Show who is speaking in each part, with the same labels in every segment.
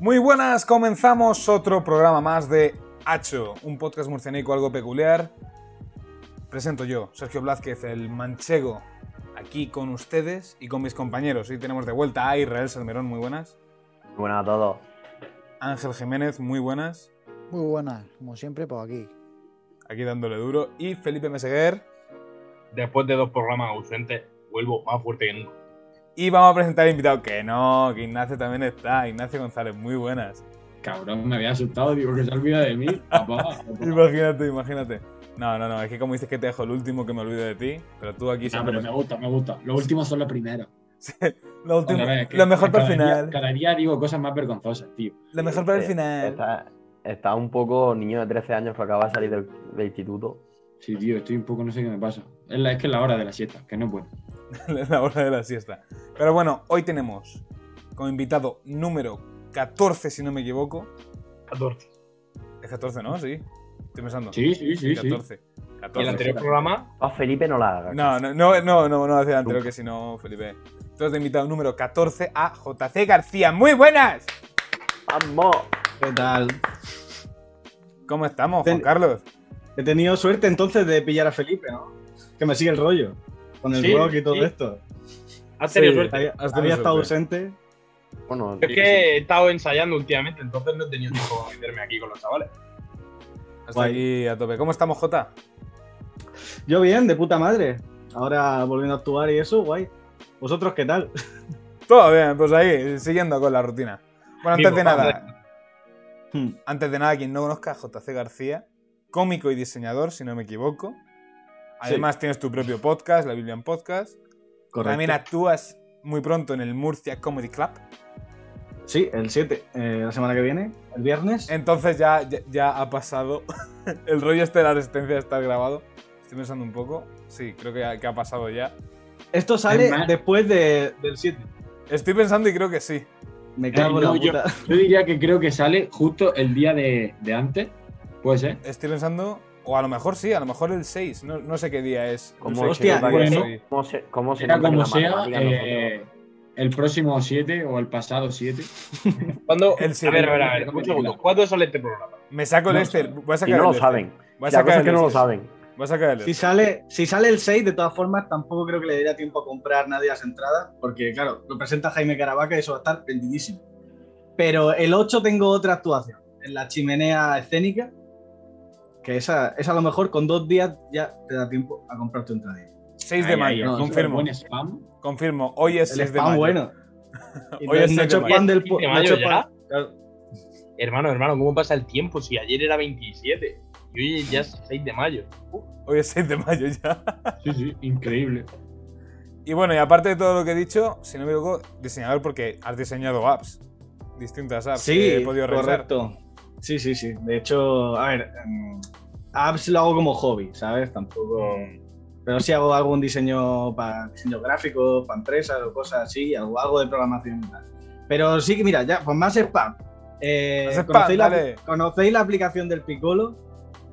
Speaker 1: Muy buenas, comenzamos otro programa más de Hacho, un podcast murcianico algo peculiar. Presento yo, Sergio Blázquez, el manchego, aquí con ustedes y con mis compañeros. Y tenemos de vuelta a Israel Salmerón, muy buenas.
Speaker 2: Buenas a todos.
Speaker 1: Ángel Jiménez, muy buenas.
Speaker 3: Muy buenas, como siempre, por aquí.
Speaker 1: Aquí dándole duro. Y Felipe Meseguer.
Speaker 4: Después de dos programas ausentes, vuelvo más fuerte que nunca.
Speaker 1: Y vamos a presentar invitados. Que no, que Ignacio también está. Ignacio González, muy buenas.
Speaker 5: Cabrón, me había asustado, digo que se olvida de mí. Papá, papá.
Speaker 1: Imagínate, imagínate. No, no, no, es que como dices que te dejo el último que me olvido de ti, pero tú aquí
Speaker 5: No,
Speaker 1: siempre
Speaker 5: pero me gusta, me gusta. Los últimos son los primeros.
Speaker 1: Lo, último-
Speaker 5: Otra vez, que
Speaker 1: lo mejor para el
Speaker 5: cada día-
Speaker 1: final.
Speaker 5: cada día digo cosas más vergonzosas, tío.
Speaker 1: Lo mejor para el
Speaker 2: Eh,
Speaker 1: final.
Speaker 2: Está, está un poco niño de 13 años que acaba de salir del, del instituto.
Speaker 5: Sí, tío, estoy un poco, no sé qué me pasa. Es, la- es que es la hora de la siesta, que no es bueno.
Speaker 1: La hora de la siesta. Pero bueno, hoy tenemos como invitado número 14, si no me equivoco.
Speaker 4: 14.
Speaker 1: Es 14, ¿no? Sí. Estoy pensando.
Speaker 5: Sí, sí, sí, sí.
Speaker 1: 14. 14.
Speaker 4: el anterior programa,
Speaker 2: A Ah, Felipe no la haga.
Speaker 1: No, no, no, no, no, no hacia anterior que si no, Felipe. Entonces, de invitado número 14 a JC García. ¡Muy buenas!
Speaker 2: ¡Vamos!
Speaker 6: ¿Qué tal?
Speaker 1: ¿Cómo estamos, Juan
Speaker 6: Ten-
Speaker 1: Carlos?
Speaker 6: He tenido suerte entonces de pillar a Felipe, ¿no? Que me sigue el rollo. Con el
Speaker 4: Sí,
Speaker 6: blog y todo
Speaker 4: sí.
Speaker 6: esto.
Speaker 4: has tenido
Speaker 1: Sí.
Speaker 4: suerte.
Speaker 6: Había,
Speaker 1: Has tenido
Speaker 6: había estado
Speaker 1: suerte.
Speaker 6: ausente.
Speaker 2: Bueno,
Speaker 4: Es que he estado ensayando últimamente, entonces no he tenido tiempo para meterme aquí con los chavales.
Speaker 1: Hasta
Speaker 6: Guay.
Speaker 1: aquí a tope. ¿Cómo estamos, Jota?
Speaker 6: Yo bien, de puta madre. Ahora volviendo a actuar y eso, guay. ¿Vosotros qué tal?
Speaker 1: Todo bien, pues ahí, siguiendo con la rutina. Bueno, antes
Speaker 4: Vivo,
Speaker 1: de
Speaker 4: vamos.
Speaker 1: nada,
Speaker 6: Hmm.
Speaker 1: Antes de nada, quien no conozca a JC García, cómico y diseñador, si no me equivoco. Además, tienes tu propio podcast, la Biblia en Podcast.
Speaker 6: Correcto.
Speaker 5: Ah,
Speaker 1: También actúas muy pronto en el Murcia Comedy Club.
Speaker 6: Sí, el 7, eh, la semana que viene, el viernes.
Speaker 1: Entonces ya, ya, ya ha pasado. el rollo este de la resistencia está grabado. Estoy pensando un poco. Sí, creo que ha, que ha pasado ya.
Speaker 6: Esto sale
Speaker 5: Es más-
Speaker 6: después de- del 7.
Speaker 1: Estoy pensando y creo que sí.
Speaker 6: Me cago en
Speaker 5: no,
Speaker 6: la
Speaker 5: yo-
Speaker 6: puta.
Speaker 5: Yo diría que creo que sale justo el día de, de antes. Puede ser.
Speaker 1: Estoy pensando. O a lo mejor sí, a lo mejor el 6. No, no sé qué día es. No
Speaker 2: ¿Cómo
Speaker 1: sé
Speaker 2: es
Speaker 1: qué
Speaker 6: que
Speaker 1: día
Speaker 6: bueno.
Speaker 1: soy.
Speaker 2: ¿Cómo se, cómo se
Speaker 5: Sea
Speaker 2: nota que
Speaker 5: como
Speaker 2: la
Speaker 5: sea,
Speaker 2: matemática
Speaker 5: eh, el próximo 7 o el pasado 7.
Speaker 4: ¿Cuándo?
Speaker 1: El
Speaker 4: a ver, a ver, a
Speaker 5: siguiente.
Speaker 4: ver, un segundo. ¿Cuándo sale este programa?
Speaker 1: Me saco el
Speaker 5: No
Speaker 1: este.
Speaker 5: saben.
Speaker 1: Voy a
Speaker 2: nosotros- Y
Speaker 1: sacar el
Speaker 2: no lo
Speaker 1: Excel.
Speaker 2: saben.
Speaker 1: Voy a
Speaker 2: La
Speaker 1: sacar
Speaker 2: cosa es
Speaker 1: el
Speaker 2: que no lo
Speaker 1: Excel.
Speaker 2: saben.
Speaker 1: Voy a sacar el
Speaker 6: Si
Speaker 1: Excel.
Speaker 6: sale, si sale el 6, de todas formas, tampoco creo que le daría tiempo a comprar nadie las entradas, porque claro, lo presenta Jaime Caravaca y eso va a estar vendidísimo. Pero el 8 tengo otra actuación, en la chimenea escénica, que esa, esa a lo mejor con dos días ya te da tiempo a comprar tu entrada.
Speaker 1: 6 de
Speaker 5: Ay,
Speaker 1: mayo,
Speaker 5: ay, no,
Speaker 1: confirmo.
Speaker 5: buen spam.
Speaker 1: Confirmo, hoy es
Speaker 6: El
Speaker 1: 6 de
Speaker 6: spam
Speaker 1: mayo.
Speaker 6: bueno. Y
Speaker 1: Hoy es 6
Speaker 6: no he
Speaker 1: de
Speaker 6: hecho
Speaker 1: mayo.
Speaker 6: pan del
Speaker 4: ¿Y
Speaker 6: pu-
Speaker 4: de
Speaker 6: no he
Speaker 4: mayo
Speaker 6: hecho
Speaker 4: ya?
Speaker 6: pan- claro.
Speaker 4: Hermano, hermano, ¿cómo pasa el tiempo? Si ayer era 27 y hoy ya es 6 de mayo. Uh,
Speaker 1: Hoy es 6 de mayo ya.
Speaker 5: Sí, sí, increíble.
Speaker 1: Y bueno, y aparte de todo lo que he dicho, si no me equivoco, diseñador porque has diseñado apps. Distintas apps que
Speaker 6: Sí,
Speaker 1: he podido revisar.
Speaker 6: correcto. Sí, sí, sí. De hecho, a ver, mm, apps lo hago como hobby, ¿sabes? Tampoco.
Speaker 1: Mm.
Speaker 6: Pero sí hago algún diseño para diseño gráfico, para empresas o cosas así, algo, algo de programación y tal. Pero sí que, mira, ya, pues más spam. Eh,
Speaker 1: Más spam,
Speaker 6: ¿conocéis,
Speaker 1: dale.
Speaker 6: la, ¿Conocéis la aplicación del Piccolo?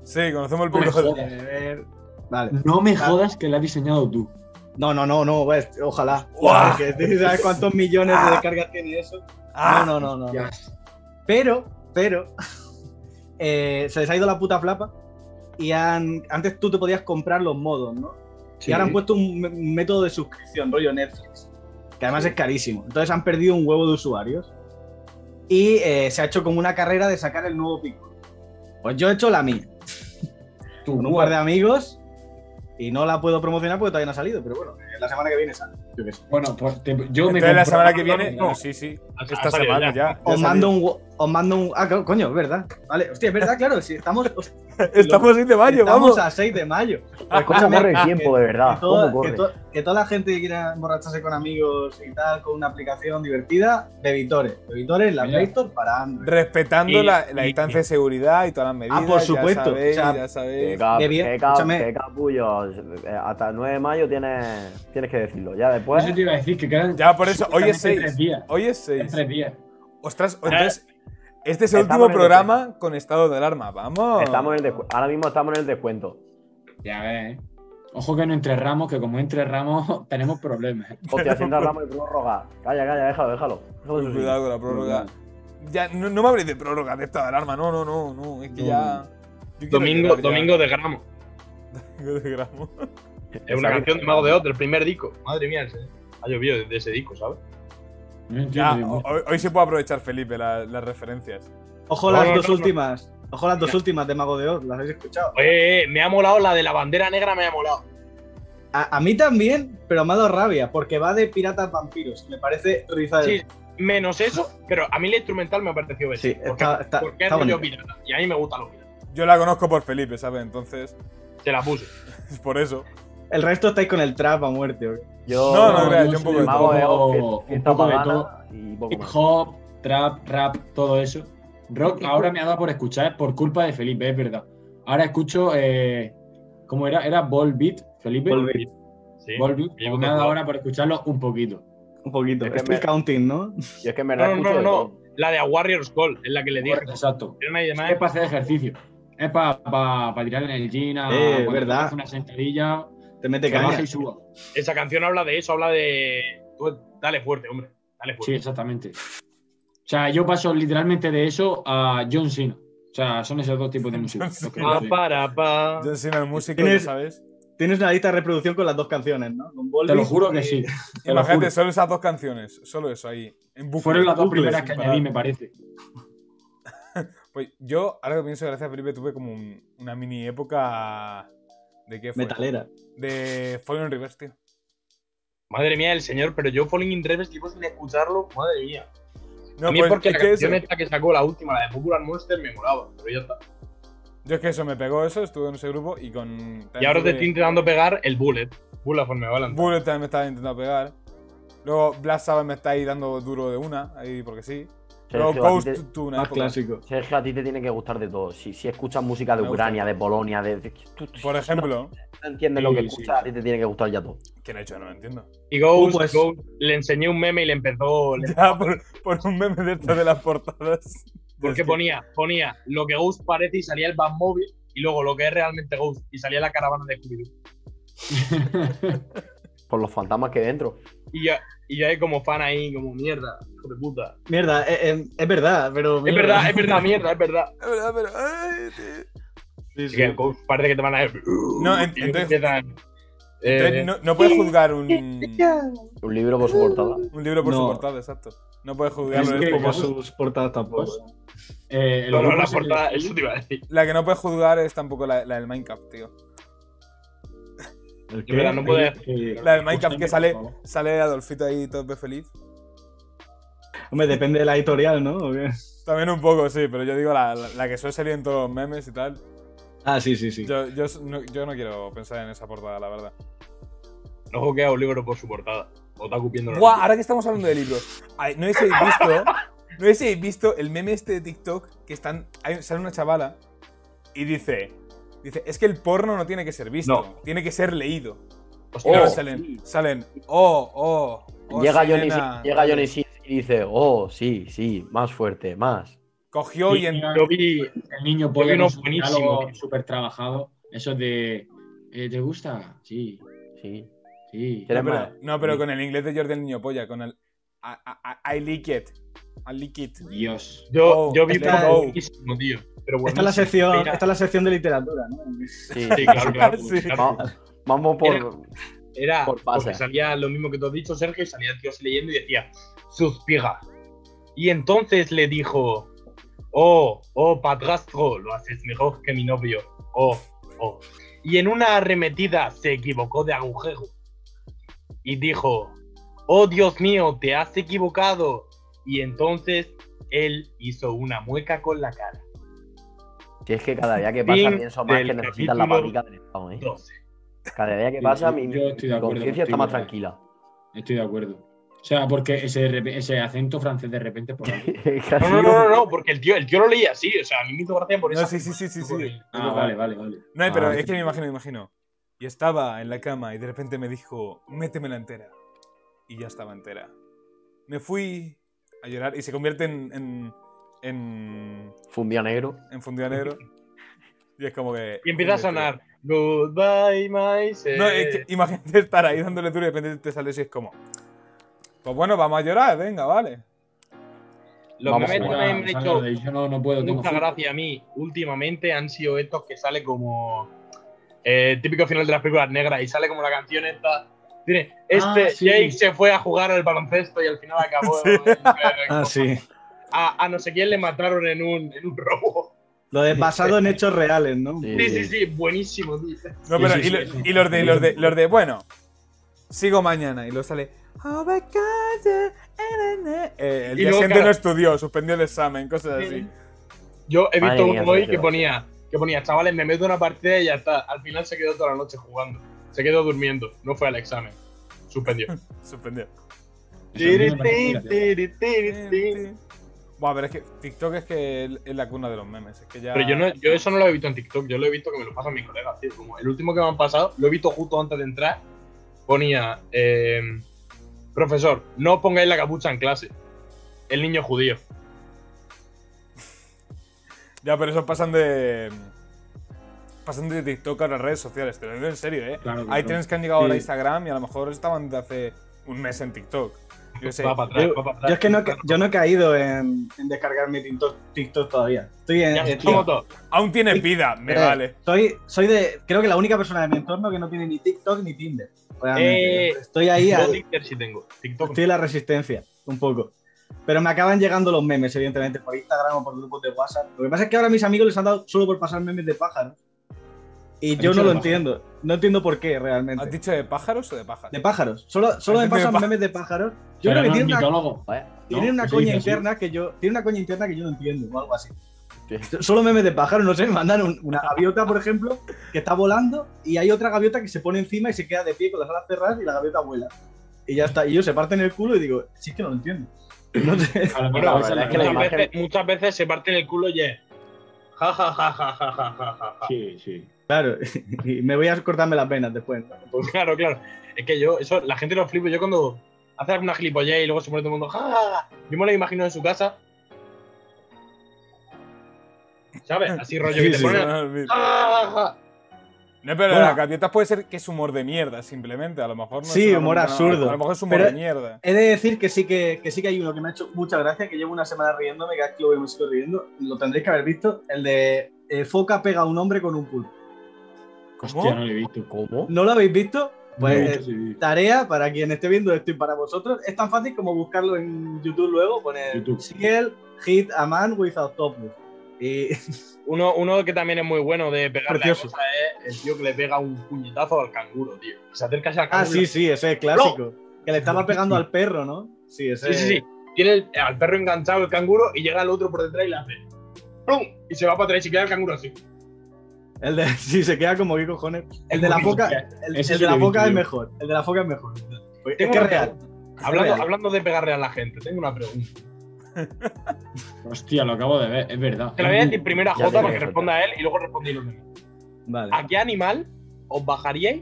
Speaker 1: Sí, conocemos el
Speaker 5: No
Speaker 1: público.
Speaker 5: me jodas.
Speaker 6: Eh, ver, Vale.
Speaker 5: No me jodas que la has diseñado tú.
Speaker 6: No, no, no, no, pues, ojalá.
Speaker 1: ¡Guau!
Speaker 6: Porque, ¿Sabes cuántos millones de descargas tiene eso?
Speaker 1: ¡Ah!
Speaker 6: No, no, no, no. no.
Speaker 5: Ya.
Speaker 6: Pero, pero, eh, se les ha ido la puta flapa y han, antes tú te podías comprar los modos, ¿no? Y ahora han puesto un, me- un método de suscripción, rollo Netflix, que además es carísimo. Entonces han perdido un huevo de usuarios y eh, se ha hecho como una carrera de sacar el nuevo pico. Pues yo he hecho la mía,
Speaker 5: Tu
Speaker 6: con un
Speaker 5: guarda-
Speaker 6: par de amigos y no la puedo promocionar porque todavía no ha salido, pero bueno, eh, la semana que viene sale. yo qué sé.
Speaker 5: Bueno, pues te- yo me
Speaker 1: Entonces la
Speaker 5: compro-
Speaker 1: semana que viene.
Speaker 4: no, no.
Speaker 1: Sí, sí.
Speaker 4: ha- ha
Speaker 1: Esta
Speaker 4: salido
Speaker 1: semana ya.
Speaker 6: Os
Speaker 1: ya
Speaker 6: mando, un, wo- os mando un. Ah, claro, coño, es verdad. Vale, hostia, es verdad, claro. Si estamos, hostia,
Speaker 1: salió. Estamos 6 de mayo,
Speaker 6: estamos
Speaker 1: vamos.
Speaker 6: a 6 de mayo.
Speaker 2: ¿Cómo
Speaker 6: Escúchame,
Speaker 2: corre el
Speaker 6: que-
Speaker 2: tiempo, de verdad?
Speaker 6: que, toda,
Speaker 2: ¿Cómo corre?
Speaker 6: que to- que toda la gente que quiera emborracharse con amigos y tal, con una aplicación divertida, Bebitore. Bebitore es la
Speaker 5: Mira.
Speaker 6: Play Store para Android.
Speaker 1: Respetando
Speaker 4: Y-
Speaker 1: la, la
Speaker 4: y-
Speaker 1: distancia de seguridad y todas las medidas.
Speaker 6: Ah, por supuesto,
Speaker 1: Ya sabéis,
Speaker 6: o sea,
Speaker 1: ya
Speaker 2: Qué,
Speaker 1: sabéis.
Speaker 2: cap-
Speaker 6: de bien,
Speaker 2: qué cap-
Speaker 6: escúchame.
Speaker 2: qué capullos. Eh, Hasta el 9 de mayo tienes, tienes que decirlo. Ya después.
Speaker 5: Eso te iba a decir que quedan.
Speaker 1: Ya, por eso, hoy es
Speaker 5: solamente
Speaker 1: 6.
Speaker 5: Tres días.
Speaker 1: Hoy es
Speaker 5: quedan
Speaker 1: 6.
Speaker 5: Tres días.
Speaker 1: Ostras,
Speaker 5: Ah.
Speaker 1: entonces. Este es el
Speaker 2: Estamos
Speaker 1: último
Speaker 2: en el
Speaker 1: programa con estado de alarma. Vamos.
Speaker 2: Estamos en el descu- ahora mismo estamos en el descuento.
Speaker 5: Ya ves. eh. Ojo que no entre ramos, que como entre ramos tenemos problemas. ¿eh?
Speaker 2: Hostia, si entramos en prórroga. Calla, calla, déjalo, déjalo. Déjalo en su
Speaker 1: Cuidado con la prórroga. Ya, no, no me habléis de prórroga de esta alarma, no, no, no, no. Es que
Speaker 2: No.
Speaker 1: ya. yo quiero
Speaker 4: Domingo,
Speaker 1: llegar ya.
Speaker 4: Domingo de Gramo.
Speaker 1: Domingo de Gramo.
Speaker 4: Es una canción de Mago de Oz, del primer disco. Madre mía, ese- ha llovido desde ese disco, ¿sabes?
Speaker 5: No entiendo,
Speaker 1: Ya,
Speaker 5: yo,
Speaker 1: ho-
Speaker 5: macho.
Speaker 1: hoy, hoy se puede aprovechar, Felipe, la- las referencias.
Speaker 6: Ojo
Speaker 4: No,
Speaker 6: las
Speaker 4: no,
Speaker 6: dos
Speaker 4: no, no.
Speaker 6: últimas. Ojo las dos
Speaker 4: Mira.
Speaker 6: últimas de Mago de Oz, las habéis escuchado.
Speaker 4: Eh, eh, me ha molado la de la bandera negra, me ha molado.
Speaker 6: A, a mí también, pero me ha dado rabia, porque va de piratas vampiros. Me parece rizada.
Speaker 4: Sí, menos eso, pero a mí la instrumental me ha parecido bien.
Speaker 6: Sí,
Speaker 4: porque,
Speaker 6: está- está-
Speaker 4: porque
Speaker 6: está
Speaker 4: es rollo
Speaker 6: bonita.
Speaker 4: pirata. Y a mí me gustan los piratas.
Speaker 1: Yo la conozco por Felipe, ¿sabes? Entonces,
Speaker 4: Se la puse.
Speaker 1: es por eso.
Speaker 6: El resto estáis con el trap a muerte. hoy.
Speaker 2: Yo,
Speaker 1: No, no, creas, yo un
Speaker 5: sé,
Speaker 1: poco de
Speaker 2: Mago de Oz,
Speaker 5: un
Speaker 2: fie- fiesta
Speaker 5: poco de
Speaker 2: pagana
Speaker 5: todo.
Speaker 2: y poco
Speaker 5: Hip
Speaker 2: más.
Speaker 5: hop, trap, rap, todo eso. Rock ahora me ha dado por escuchar por culpa de Felipe, es verdad. Ahora escucho, eh, ¿cómo era? Era Ball Beat, Felipe.
Speaker 6: Ball
Speaker 5: Beat.
Speaker 4: Sí.
Speaker 5: Beat. Me ha dado ahora por escucharlo un poquito.
Speaker 6: Un poquito.
Speaker 2: Es que
Speaker 6: Es
Speaker 2: me-
Speaker 6: counting, ¿no?
Speaker 2: Yo es que en verdad
Speaker 4: No, no,
Speaker 2: escucho
Speaker 4: no,
Speaker 2: de
Speaker 4: no.
Speaker 2: todo.
Speaker 4: La de A Warrior's Call, es la que le dije.
Speaker 5: Exacto.
Speaker 4: Era y demás.
Speaker 5: Es para hacer ejercicio. Es para tirar en el gym, a-
Speaker 6: Eh,
Speaker 5: cuando
Speaker 6: verdad.
Speaker 5: haces una sentadilla,
Speaker 6: Te mete
Speaker 5: que baja
Speaker 6: caña.
Speaker 5: y suba.
Speaker 4: Esa canción habla de eso, habla de. Tú, dale fuerte, hombre. Dale
Speaker 5: Sí,
Speaker 4: fuerte.
Speaker 5: exactamente. O sea, yo paso literalmente de eso a John Cena. O sea, son esos dos tipos de música.
Speaker 1: John
Speaker 5: los que
Speaker 4: Pa,
Speaker 5: me hacen.
Speaker 4: para, pa.
Speaker 1: John Cena, el músico,
Speaker 6: Tienes-
Speaker 1: ya sabes.
Speaker 6: Tienes una lista de reproducción con las dos canciones, ¿no? Con
Speaker 5: Te
Speaker 6: Volbeat
Speaker 5: lo juro
Speaker 6: y-
Speaker 5: que sí. te lo
Speaker 1: Imagínate,
Speaker 5: juro.
Speaker 1: solo esas dos canciones. Solo eso ahí. En bucle,
Speaker 5: Fueron las dos
Speaker 1: bucle,
Speaker 5: primeras
Speaker 1: sin
Speaker 5: que
Speaker 1: parar.
Speaker 5: añadí, me parece.
Speaker 1: Pues yo, ahora que pienso, gracias a Felipe, tuve como un- una mini época. ¿De qué fue?
Speaker 6: Metalera.
Speaker 1: De Fallen Reverse, tío.
Speaker 4: Madre mía, el señor, pero yo Falling in Reverse llevo sin escucharlo. Madre mía.
Speaker 1: No,
Speaker 4: a mí
Speaker 1: pues,
Speaker 4: porque
Speaker 1: es
Speaker 4: la
Speaker 1: que
Speaker 4: canción
Speaker 1: eso-
Speaker 4: esta que sacó la última, la de Popular Monster, me molaba. Pero ya está.
Speaker 1: Yo es que eso me pegó eso, estuve en ese grupo y con.
Speaker 4: Y ahora te
Speaker 1: tuve-
Speaker 4: estoy intentando pegar el Bullet. Bullet for Me Valentine.
Speaker 1: Bullet también me estaba intentando pegar. Luego Black Sabbath me está ahí dando duro de una, ahí porque sí. Luego
Speaker 2: Sergio, a ti
Speaker 1: Ghost
Speaker 2: te-
Speaker 1: tuvo una
Speaker 6: Más
Speaker 1: época.
Speaker 6: clásico.
Speaker 2: Sergio, a ti te tiene que gustar de todo. Si, si escuchas música de
Speaker 1: Me gusta
Speaker 2: Ucrania, de Polonia, de. de- tú- tú-
Speaker 1: Por ejemplo,
Speaker 2: no entiendes lo que
Speaker 5: Sí, sí.
Speaker 2: escuchas, a ti te tiene que gustar ya todo.
Speaker 1: ¿quién ha hecho? No lo entiendo.
Speaker 4: Y Ghost,
Speaker 6: Uh, pues.
Speaker 4: Ghost, le enseñé un meme y le empezó. le-
Speaker 1: Ya por, por un meme de estas de las portadas. Este,
Speaker 4: porque
Speaker 1: Es que-
Speaker 4: ponía, ponía lo que Ghost parece y salía el Batmóvil. Y luego lo que es realmente Ghost. Y salía la caravana de scooby
Speaker 2: Por los fantasmas que hay dentro.
Speaker 4: Y ya, y ya hay como fan ahí, como mierda, hijo de puta.
Speaker 6: Mierda, eh, eh, es verdad, pero.
Speaker 4: Es verdad, es verdad, mierda, es verdad.
Speaker 1: Es verdad, pero. ay, tío.
Speaker 6: Sí, sí.
Speaker 4: Así que Ghost parece que te van a. "Uh",
Speaker 1: No, en-
Speaker 4: Y
Speaker 1: entonces-
Speaker 4: empiezan, eh,
Speaker 1: Entonces, no, no puedes juzgar un, un
Speaker 2: Un libro por su
Speaker 1: Uh,
Speaker 2: portada.
Speaker 1: libro por su
Speaker 6: No.
Speaker 1: portada, exacto. No puedes
Speaker 5: Es
Speaker 1: juzgarlo.
Speaker 5: que-
Speaker 1: es como-
Speaker 6: Como sus portadas tampoco.
Speaker 5: Eh, el
Speaker 4: no, no,
Speaker 5: grupo
Speaker 4: la
Speaker 5: ese-
Speaker 4: portada, eso te iba a decir.
Speaker 1: La que no puedes juzgar es tampoco la, la del Minecraft, tío.
Speaker 5: ¿El
Speaker 4: Es verdad, no puede-
Speaker 5: Eh,
Speaker 1: La del Minecraft que sale,
Speaker 5: por favor.
Speaker 1: sale Adolfito ahí todo feliz.
Speaker 6: Hombre, depende de la editorial, ¿no? ¿O qué?
Speaker 1: También un poco, sí, pero yo digo la, la- la que suele salir en todos los memes y tal.
Speaker 6: Ah, sí, sí, sí.
Speaker 1: Yo, yo s- no, yo no quiero pensar en esa portada, la verdad.
Speaker 4: No jugué a libro por su portada. O está cupiendo
Speaker 1: Buah, ahora que estamos hablando de libros. ay, No sé si habéis visto. No sé si habéis visto el meme este de TikTok que están. hay- sale una chavala y dice. Dice, es que el porno no tiene que ser visto,
Speaker 4: No. Oh.
Speaker 1: tiene que ser leído. Y
Speaker 4: Hostia,
Speaker 1: ahora
Speaker 4: ese-
Speaker 1: salen, salen, oh, oh, oh,
Speaker 2: llega
Speaker 1: sí,
Speaker 2: Johnny,
Speaker 1: nena".
Speaker 2: Sins- llega Johnny Sins y dice, oh, sí, sí, más fuerte, más.
Speaker 1: Cogió y en,
Speaker 4: yo vi.
Speaker 5: El niño
Speaker 4: vi
Speaker 5: pollo
Speaker 4: uno
Speaker 5: con su
Speaker 4: buenísimo,
Speaker 5: diálogo
Speaker 4: tío.
Speaker 5: súper trabajado. Eso de. eh, ¿Te gusta? Sí,
Speaker 2: Sí.
Speaker 5: sí.
Speaker 2: ¿Quieres
Speaker 1: No, pero-
Speaker 2: más?
Speaker 1: No, pero
Speaker 2: Sí.
Speaker 1: con el inglés de Jordi el Niño Polla, con el I, I- I- I lick it. I lick it.
Speaker 5: Dios.
Speaker 4: Yo,
Speaker 1: Oh,
Speaker 4: yo vi
Speaker 1: let's
Speaker 4: uno
Speaker 1: go.
Speaker 4: buenísimo, tío. Pero bueno,
Speaker 6: Esta es, la sección, esta es la sección de literatura, ¿no?
Speaker 2: Sí,
Speaker 4: Sí, claro, claro,
Speaker 1: Sí.
Speaker 4: claro.
Speaker 2: Va- Vamos por.
Speaker 4: Era
Speaker 2: Por pasa.
Speaker 4: porque salía lo mismo que tú has dicho, Sergio, y salía el tío así leyendo y decía, suspira. Y entonces le dijo, oh, oh, padrastro, lo haces mejor que mi novio. Oh, oh. Y en una arremetida se equivocó de agujero. Y dijo, oh Dios mío, te has equivocado. Y entonces él hizo una mueca con la cara.
Speaker 2: Si es que cada día que pasa
Speaker 4: Fin
Speaker 2: pienso más que
Speaker 4: del
Speaker 2: necesitas la
Speaker 4: capítulo
Speaker 2: patica del Estado, ¿eh?
Speaker 4: 12.
Speaker 2: Cada día que
Speaker 5: Sí,
Speaker 2: pasa
Speaker 5: yo-
Speaker 2: mi,
Speaker 5: yo estoy de
Speaker 2: mi
Speaker 5: acuerdo
Speaker 2: conciencia está
Speaker 5: contigo,
Speaker 2: más
Speaker 5: eh.
Speaker 2: tranquila.
Speaker 5: Estoy de acuerdo. O sea, porque ese, de repe- ese acento francés de repente por ahí.
Speaker 4: No, no, no, no, no, porque el tío, el tío lo leía así, o sea, a mí me hizo gracia por eso.
Speaker 1: No, sí, sí, sí, sí, sí.
Speaker 5: Ah, vale, vale, vale.
Speaker 1: No, pero
Speaker 5: Ah,
Speaker 1: es que me imagino, me imagino. Y estaba en la cama y de repente me dijo, métemela entera. Y ya estaba entera. Me fui a llorar y se convierte en, en, en,
Speaker 2: Fundido negro.
Speaker 1: en fundido negro. Y es como que...
Speaker 4: Y empieza a eh. sonar. Goodbye, my self".
Speaker 1: No, es que imagínate estar ahí dándole duro y de repente te sales y es como... Pues bueno, vamos a llorar, venga, vale.
Speaker 4: Los
Speaker 2: Vamos
Speaker 4: memes
Speaker 2: a
Speaker 4: que
Speaker 2: jugar.
Speaker 4: me han
Speaker 5: Sangre
Speaker 4: hecho
Speaker 5: de- yo no, no puedo. Tengo
Speaker 4: mucha gracia a mí últimamente han sido estos que sale como eh, típico final de las películas negras y sale como la canción esta. Tiene, este
Speaker 5: Ah, sí.
Speaker 4: Jake se fue a jugar al baloncesto y al final acabó. en-
Speaker 6: Ah, sí.
Speaker 4: a, a no sé quién le mataron en un, en un robo.
Speaker 6: Lo de basado en hechos reales, ¿no?
Speaker 2: Sí,
Speaker 4: Sí, sí, sí, buenísimo. tío.
Speaker 1: No,
Speaker 5: Sí,
Speaker 1: pero
Speaker 5: sí,
Speaker 1: y,
Speaker 5: sí,
Speaker 1: lo-
Speaker 5: sí.
Speaker 1: y los de, los de, los de, bueno, sigo mañana y lo sale. "Oh my God, eh, eh, eh". Eh, el
Speaker 4: Y
Speaker 1: día
Speaker 4: luego,
Speaker 1: siguiente
Speaker 4: claro.
Speaker 1: no estudió, suspendió el examen, cosas así.
Speaker 4: Yo he
Speaker 2: Madre
Speaker 4: visto
Speaker 2: mía,
Speaker 4: uno hoy
Speaker 2: Sergio.
Speaker 4: que ponía, que ponía, chavales, me meto una partida y ya está. Al final se quedó toda la noche jugando. Se quedó durmiendo. No fue al examen. Suspendió.
Speaker 1: Suspendió.
Speaker 5: Pero
Speaker 4: Pero
Speaker 1: Buah, pero es que TikTok es que el- es la cuna de los memes. Es que ya.
Speaker 4: yo, no, yo eso no lo he visto en TikTok, yo lo he visto que me lo pasan mis colegas, tío. Como el último que me han pasado, lo he visto justo antes de entrar. Ponía, em, profesor, no pongáis la capucha en clase. El niño judío.
Speaker 1: Ya, pero esos pasan de. Pasan de TikTok a las redes sociales, te lo digo en serio, eh.
Speaker 5: Claro,
Speaker 1: Hay
Speaker 5: claro.
Speaker 1: trends que han llegado ahora a
Speaker 5: Sí.
Speaker 1: Instagram y a lo mejor estaban de hace un mes en TikTok. Yo qué sé.
Speaker 4: Va para atrás,
Speaker 6: Yo,
Speaker 4: va para atrás.
Speaker 6: yo es que no, he ca- yo no he caído en, en descargar mi TikTok, TikTok todavía. Estoy en.
Speaker 4: Ya
Speaker 6: en-
Speaker 4: somos todos.
Speaker 1: Aún tienes vida, me
Speaker 6: Eh,
Speaker 1: vale.
Speaker 6: soy, soy de. Creo que la única persona de mi entorno que no tiene ni TikTok ni Tinder.
Speaker 4: Eh,
Speaker 6: realmente. estoy ahí.
Speaker 4: Yo
Speaker 6: al-
Speaker 4: Twitter sí tengo. TikTok no.
Speaker 6: estoy en la resistencia, un poco. Pero me acaban llegando los memes, evidentemente, por Instagram o por grupos de WhatsApp. Lo que pasa es que ahora mis amigos les han dado solo por pasar memes de pájaros. Y
Speaker 5: dicho
Speaker 6: yo no
Speaker 5: de
Speaker 6: lo
Speaker 5: pájaros?
Speaker 6: entiendo. No entiendo por qué
Speaker 1: ¿Has
Speaker 6: realmente.
Speaker 1: dicho de pájaros o de pájaros?
Speaker 6: De pájaros. Solo, solo
Speaker 1: Has
Speaker 6: me
Speaker 1: dicho de
Speaker 6: pasan
Speaker 1: pá-
Speaker 6: memes de pájaros. Yo creo que
Speaker 5: no es
Speaker 6: tiene una
Speaker 5: mitólogo.
Speaker 2: Vaya,
Speaker 6: Tiene
Speaker 5: No,
Speaker 6: una
Speaker 5: sí,
Speaker 6: coña
Speaker 5: sí, sí.
Speaker 6: interna que yo. Tiene una coña interna que yo no entiendo, o algo así.
Speaker 2: Sí.
Speaker 6: Solo memes de pájaros, no sé, me mandan un- una gaviota, por ejemplo, que está volando y hay otra gaviota que se pone encima y se queda de pie con las alas cerradas y la gaviota vuela. Y ya está. Y yo se parten el culo y digo, sí es que no lo entiendo. No sé.
Speaker 5: A lo mejor
Speaker 4: Bueno,
Speaker 5: a
Speaker 2: la
Speaker 5: veces
Speaker 2: verdad
Speaker 5: la
Speaker 2: es que la
Speaker 4: muchas,
Speaker 5: gente-
Speaker 2: imagen-
Speaker 4: veces, muchas veces se parten el culo y es. Ja, ja, ja, ja, ja, ja, ja, ja, ja.
Speaker 5: Sí, sí.
Speaker 6: Claro, y me voy a cortarme las venas después. ¿no?
Speaker 4: Pues claro, claro. Es que yo, eso, la gente lo flipa. Yo cuando hace alguna gilipollez y luego se pone todo el mundo. Ja, ja, ja", yo me lo imagino en su casa. ¿Sabes? Así rollo que te
Speaker 1: Sí,
Speaker 4: ponen.
Speaker 1: se me olvida.
Speaker 4: "Ja, ja, ja, ja".
Speaker 1: No, pero
Speaker 6: Bueno.
Speaker 1: las gaviotas puede ser que es humor de mierda, simplemente. A lo mejor no
Speaker 6: Sí,
Speaker 1: es una
Speaker 6: humor
Speaker 1: comedia, no,
Speaker 6: absurdo.
Speaker 1: A lo mejor es humor
Speaker 6: Pero-
Speaker 1: de mierda.
Speaker 6: He de decir que sí que, que sí que hay uno que me ha hecho mucha gracia, que llevo una semana riéndome, que aquí lo veo me sigo riendo, lo tendréis que haber visto, el de eh, foca pega a un hombre con un pulpo.
Speaker 5: Hostia, no lo he visto.
Speaker 2: ¿Cómo?
Speaker 6: ¿No lo habéis visto? Pues
Speaker 5: No, sí, sí.
Speaker 6: Tarea para quien esté viendo esto y para vosotros. Es tan fácil como buscarlo en YouTube luego, poner
Speaker 5: YouTube.
Speaker 6: Siegel Hit a Man with Octopus. Y
Speaker 4: Uno, uno que también es muy bueno de pegar la
Speaker 6: Precioso.
Speaker 4: cosa es el tío que le pega un puñetazo al canguro, tío. Se acerca al canguro.
Speaker 6: ah, sí, sí, ese es clásico. Que le estaba pegando al perro, ¿no? Sí,
Speaker 4: Sí,
Speaker 6: ese
Speaker 4: sí, sí. Tiene el- al perro enganchado el canguro y llega el otro por detrás y le hace. ¡Pum! Y se va para atrás y queda el canguro así.
Speaker 6: El de, sí, se queda como que cojones. El de la foca, el,
Speaker 5: Ese
Speaker 6: el
Speaker 5: sí lo
Speaker 6: de la
Speaker 5: he visto
Speaker 6: foca es
Speaker 5: yo.
Speaker 6: mejor. El de la foca es mejor. Porque Es
Speaker 4: Tengo
Speaker 6: que es
Speaker 4: una
Speaker 6: real.
Speaker 4: Hablando,
Speaker 6: real.
Speaker 4: hablando de pegarle a la gente, tengo una pregunta.
Speaker 5: Hostia, lo acabo de ver, es verdad.
Speaker 4: Te la voy a decir primero a
Speaker 2: Ya te
Speaker 4: Jota para que
Speaker 2: digo,
Speaker 4: responda a él y luego respondí los demás.
Speaker 6: Vale.
Speaker 4: ¿A qué animal os bajaríais,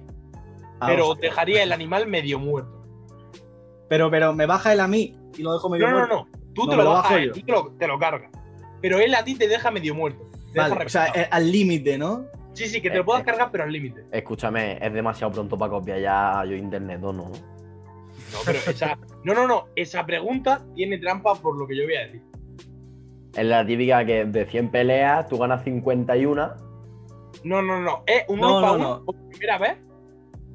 Speaker 6: Ah,
Speaker 4: pero os
Speaker 6: hostia.
Speaker 4: dejaría el animal medio muerto?
Speaker 6: pero, pero me baja él a mí y lo dejo medio
Speaker 4: No, no,
Speaker 6: muerto.
Speaker 4: no. Tú
Speaker 6: No,
Speaker 4: te
Speaker 6: me
Speaker 4: lo
Speaker 6: lo
Speaker 4: bajas,
Speaker 6: bajo
Speaker 4: a él,
Speaker 6: yo.
Speaker 4: tú te lo, te lo cargas. Pero él a ti te deja medio muerto. Te deja
Speaker 6: Vale, o sea,
Speaker 4: reventado.
Speaker 6: eh, al límite, ¿no?
Speaker 4: sí, sí, que te lo puedas
Speaker 2: eh,
Speaker 4: cargar, pero al límite.
Speaker 2: Escúchame, es demasiado pronto para copiar ya yo internet o no.
Speaker 4: No, pero esa. No, no, no. Esa pregunta tiene trampa por lo que yo voy a decir.
Speaker 2: Es la típica que de 100 peleas tú ganas 51.
Speaker 4: No, no, no. Es uno
Speaker 6: No,
Speaker 4: para
Speaker 6: no,
Speaker 4: uno
Speaker 6: no.
Speaker 4: por primera vez.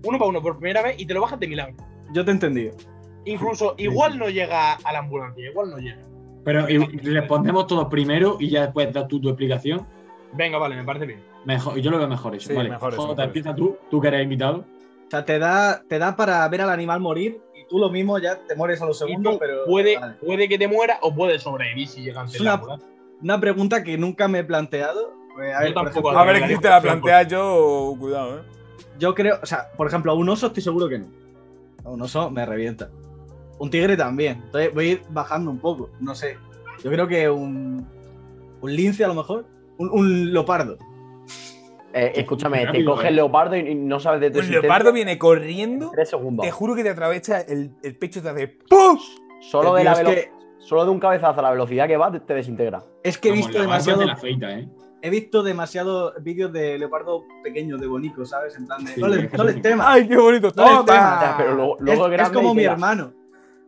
Speaker 4: Uno para uno por primera vez y te lo bajas de milagro.
Speaker 6: Yo te he entendido.
Speaker 4: Incluso igual no llega a la ambulancia, igual no llega.
Speaker 5: Pero y- respondemos todos primero y ya después das tú tu explicación.
Speaker 4: Venga, vale, me parece bien.
Speaker 5: Mejor, yo lo veo mejor eso.
Speaker 1: Sí,
Speaker 5: vale.
Speaker 1: mejor eso,
Speaker 5: Jota,
Speaker 1: mejor
Speaker 5: empieza tú, tú que eres invitado.
Speaker 6: O sea, te da, te da para ver al animal morir y tú lo mismo ya te mueres a los
Speaker 4: Y
Speaker 6: segundos,
Speaker 4: tú
Speaker 6: pero.
Speaker 4: puede,
Speaker 6: Vale.
Speaker 4: puede que te muera o puede sobrevivir si llega antes
Speaker 6: Es
Speaker 4: la
Speaker 6: una-
Speaker 4: ambulancia.
Speaker 6: Una pregunta que nunca me he planteado. eh, a
Speaker 4: Yo
Speaker 6: ver,
Speaker 4: tampoco,
Speaker 6: por ejemplo,
Speaker 1: Pues A
Speaker 4: Bueno,
Speaker 1: ver,
Speaker 4: la
Speaker 1: aquí te la
Speaker 4: discusión,
Speaker 1: plantea yo, cuidado, eh.
Speaker 6: yo creo, o sea, por ejemplo, a un oso estoy seguro que no. A un oso me revienta. Un tigre también. Entonces voy a ir bajando un poco, no sé. Yo creo que un. Un lince a lo mejor. Un, un leopardo.
Speaker 2: Eh, escúchame, te
Speaker 5: rápido,
Speaker 2: coge
Speaker 5: eh.
Speaker 2: el leopardo y, y no sabes de tu
Speaker 1: Un
Speaker 2: existencia
Speaker 1: leopardo viene corriendo,
Speaker 2: Tres segundos.
Speaker 1: te juro que te atraviesa el, el pecho y te hace ¡Pum!
Speaker 2: Solo
Speaker 6: El
Speaker 2: de, la
Speaker 6: tío es
Speaker 2: velo- solo de un cabezazo a la velocidad que va te, te desintegra.
Speaker 6: Es que he
Speaker 5: Vamos,
Speaker 6: visto
Speaker 5: la barba
Speaker 6: demasiado.
Speaker 5: te la feita, ¿eh?
Speaker 6: He visto demasiados vídeos de leopardo pequeños, de bonicos, ¿sabes? En plan de.
Speaker 5: Sí,
Speaker 6: no le,
Speaker 5: es que
Speaker 6: no
Speaker 5: son
Speaker 6: les
Speaker 5: muy-
Speaker 6: temas.
Speaker 1: ¡Ay, qué bonito!
Speaker 6: No,
Speaker 1: ¡Toma!
Speaker 6: está-
Speaker 2: Pero luego,
Speaker 6: Ah, Es-
Speaker 2: luego
Speaker 6: es,
Speaker 2: grande y
Speaker 6: como mi
Speaker 2: queda.
Speaker 6: hermano.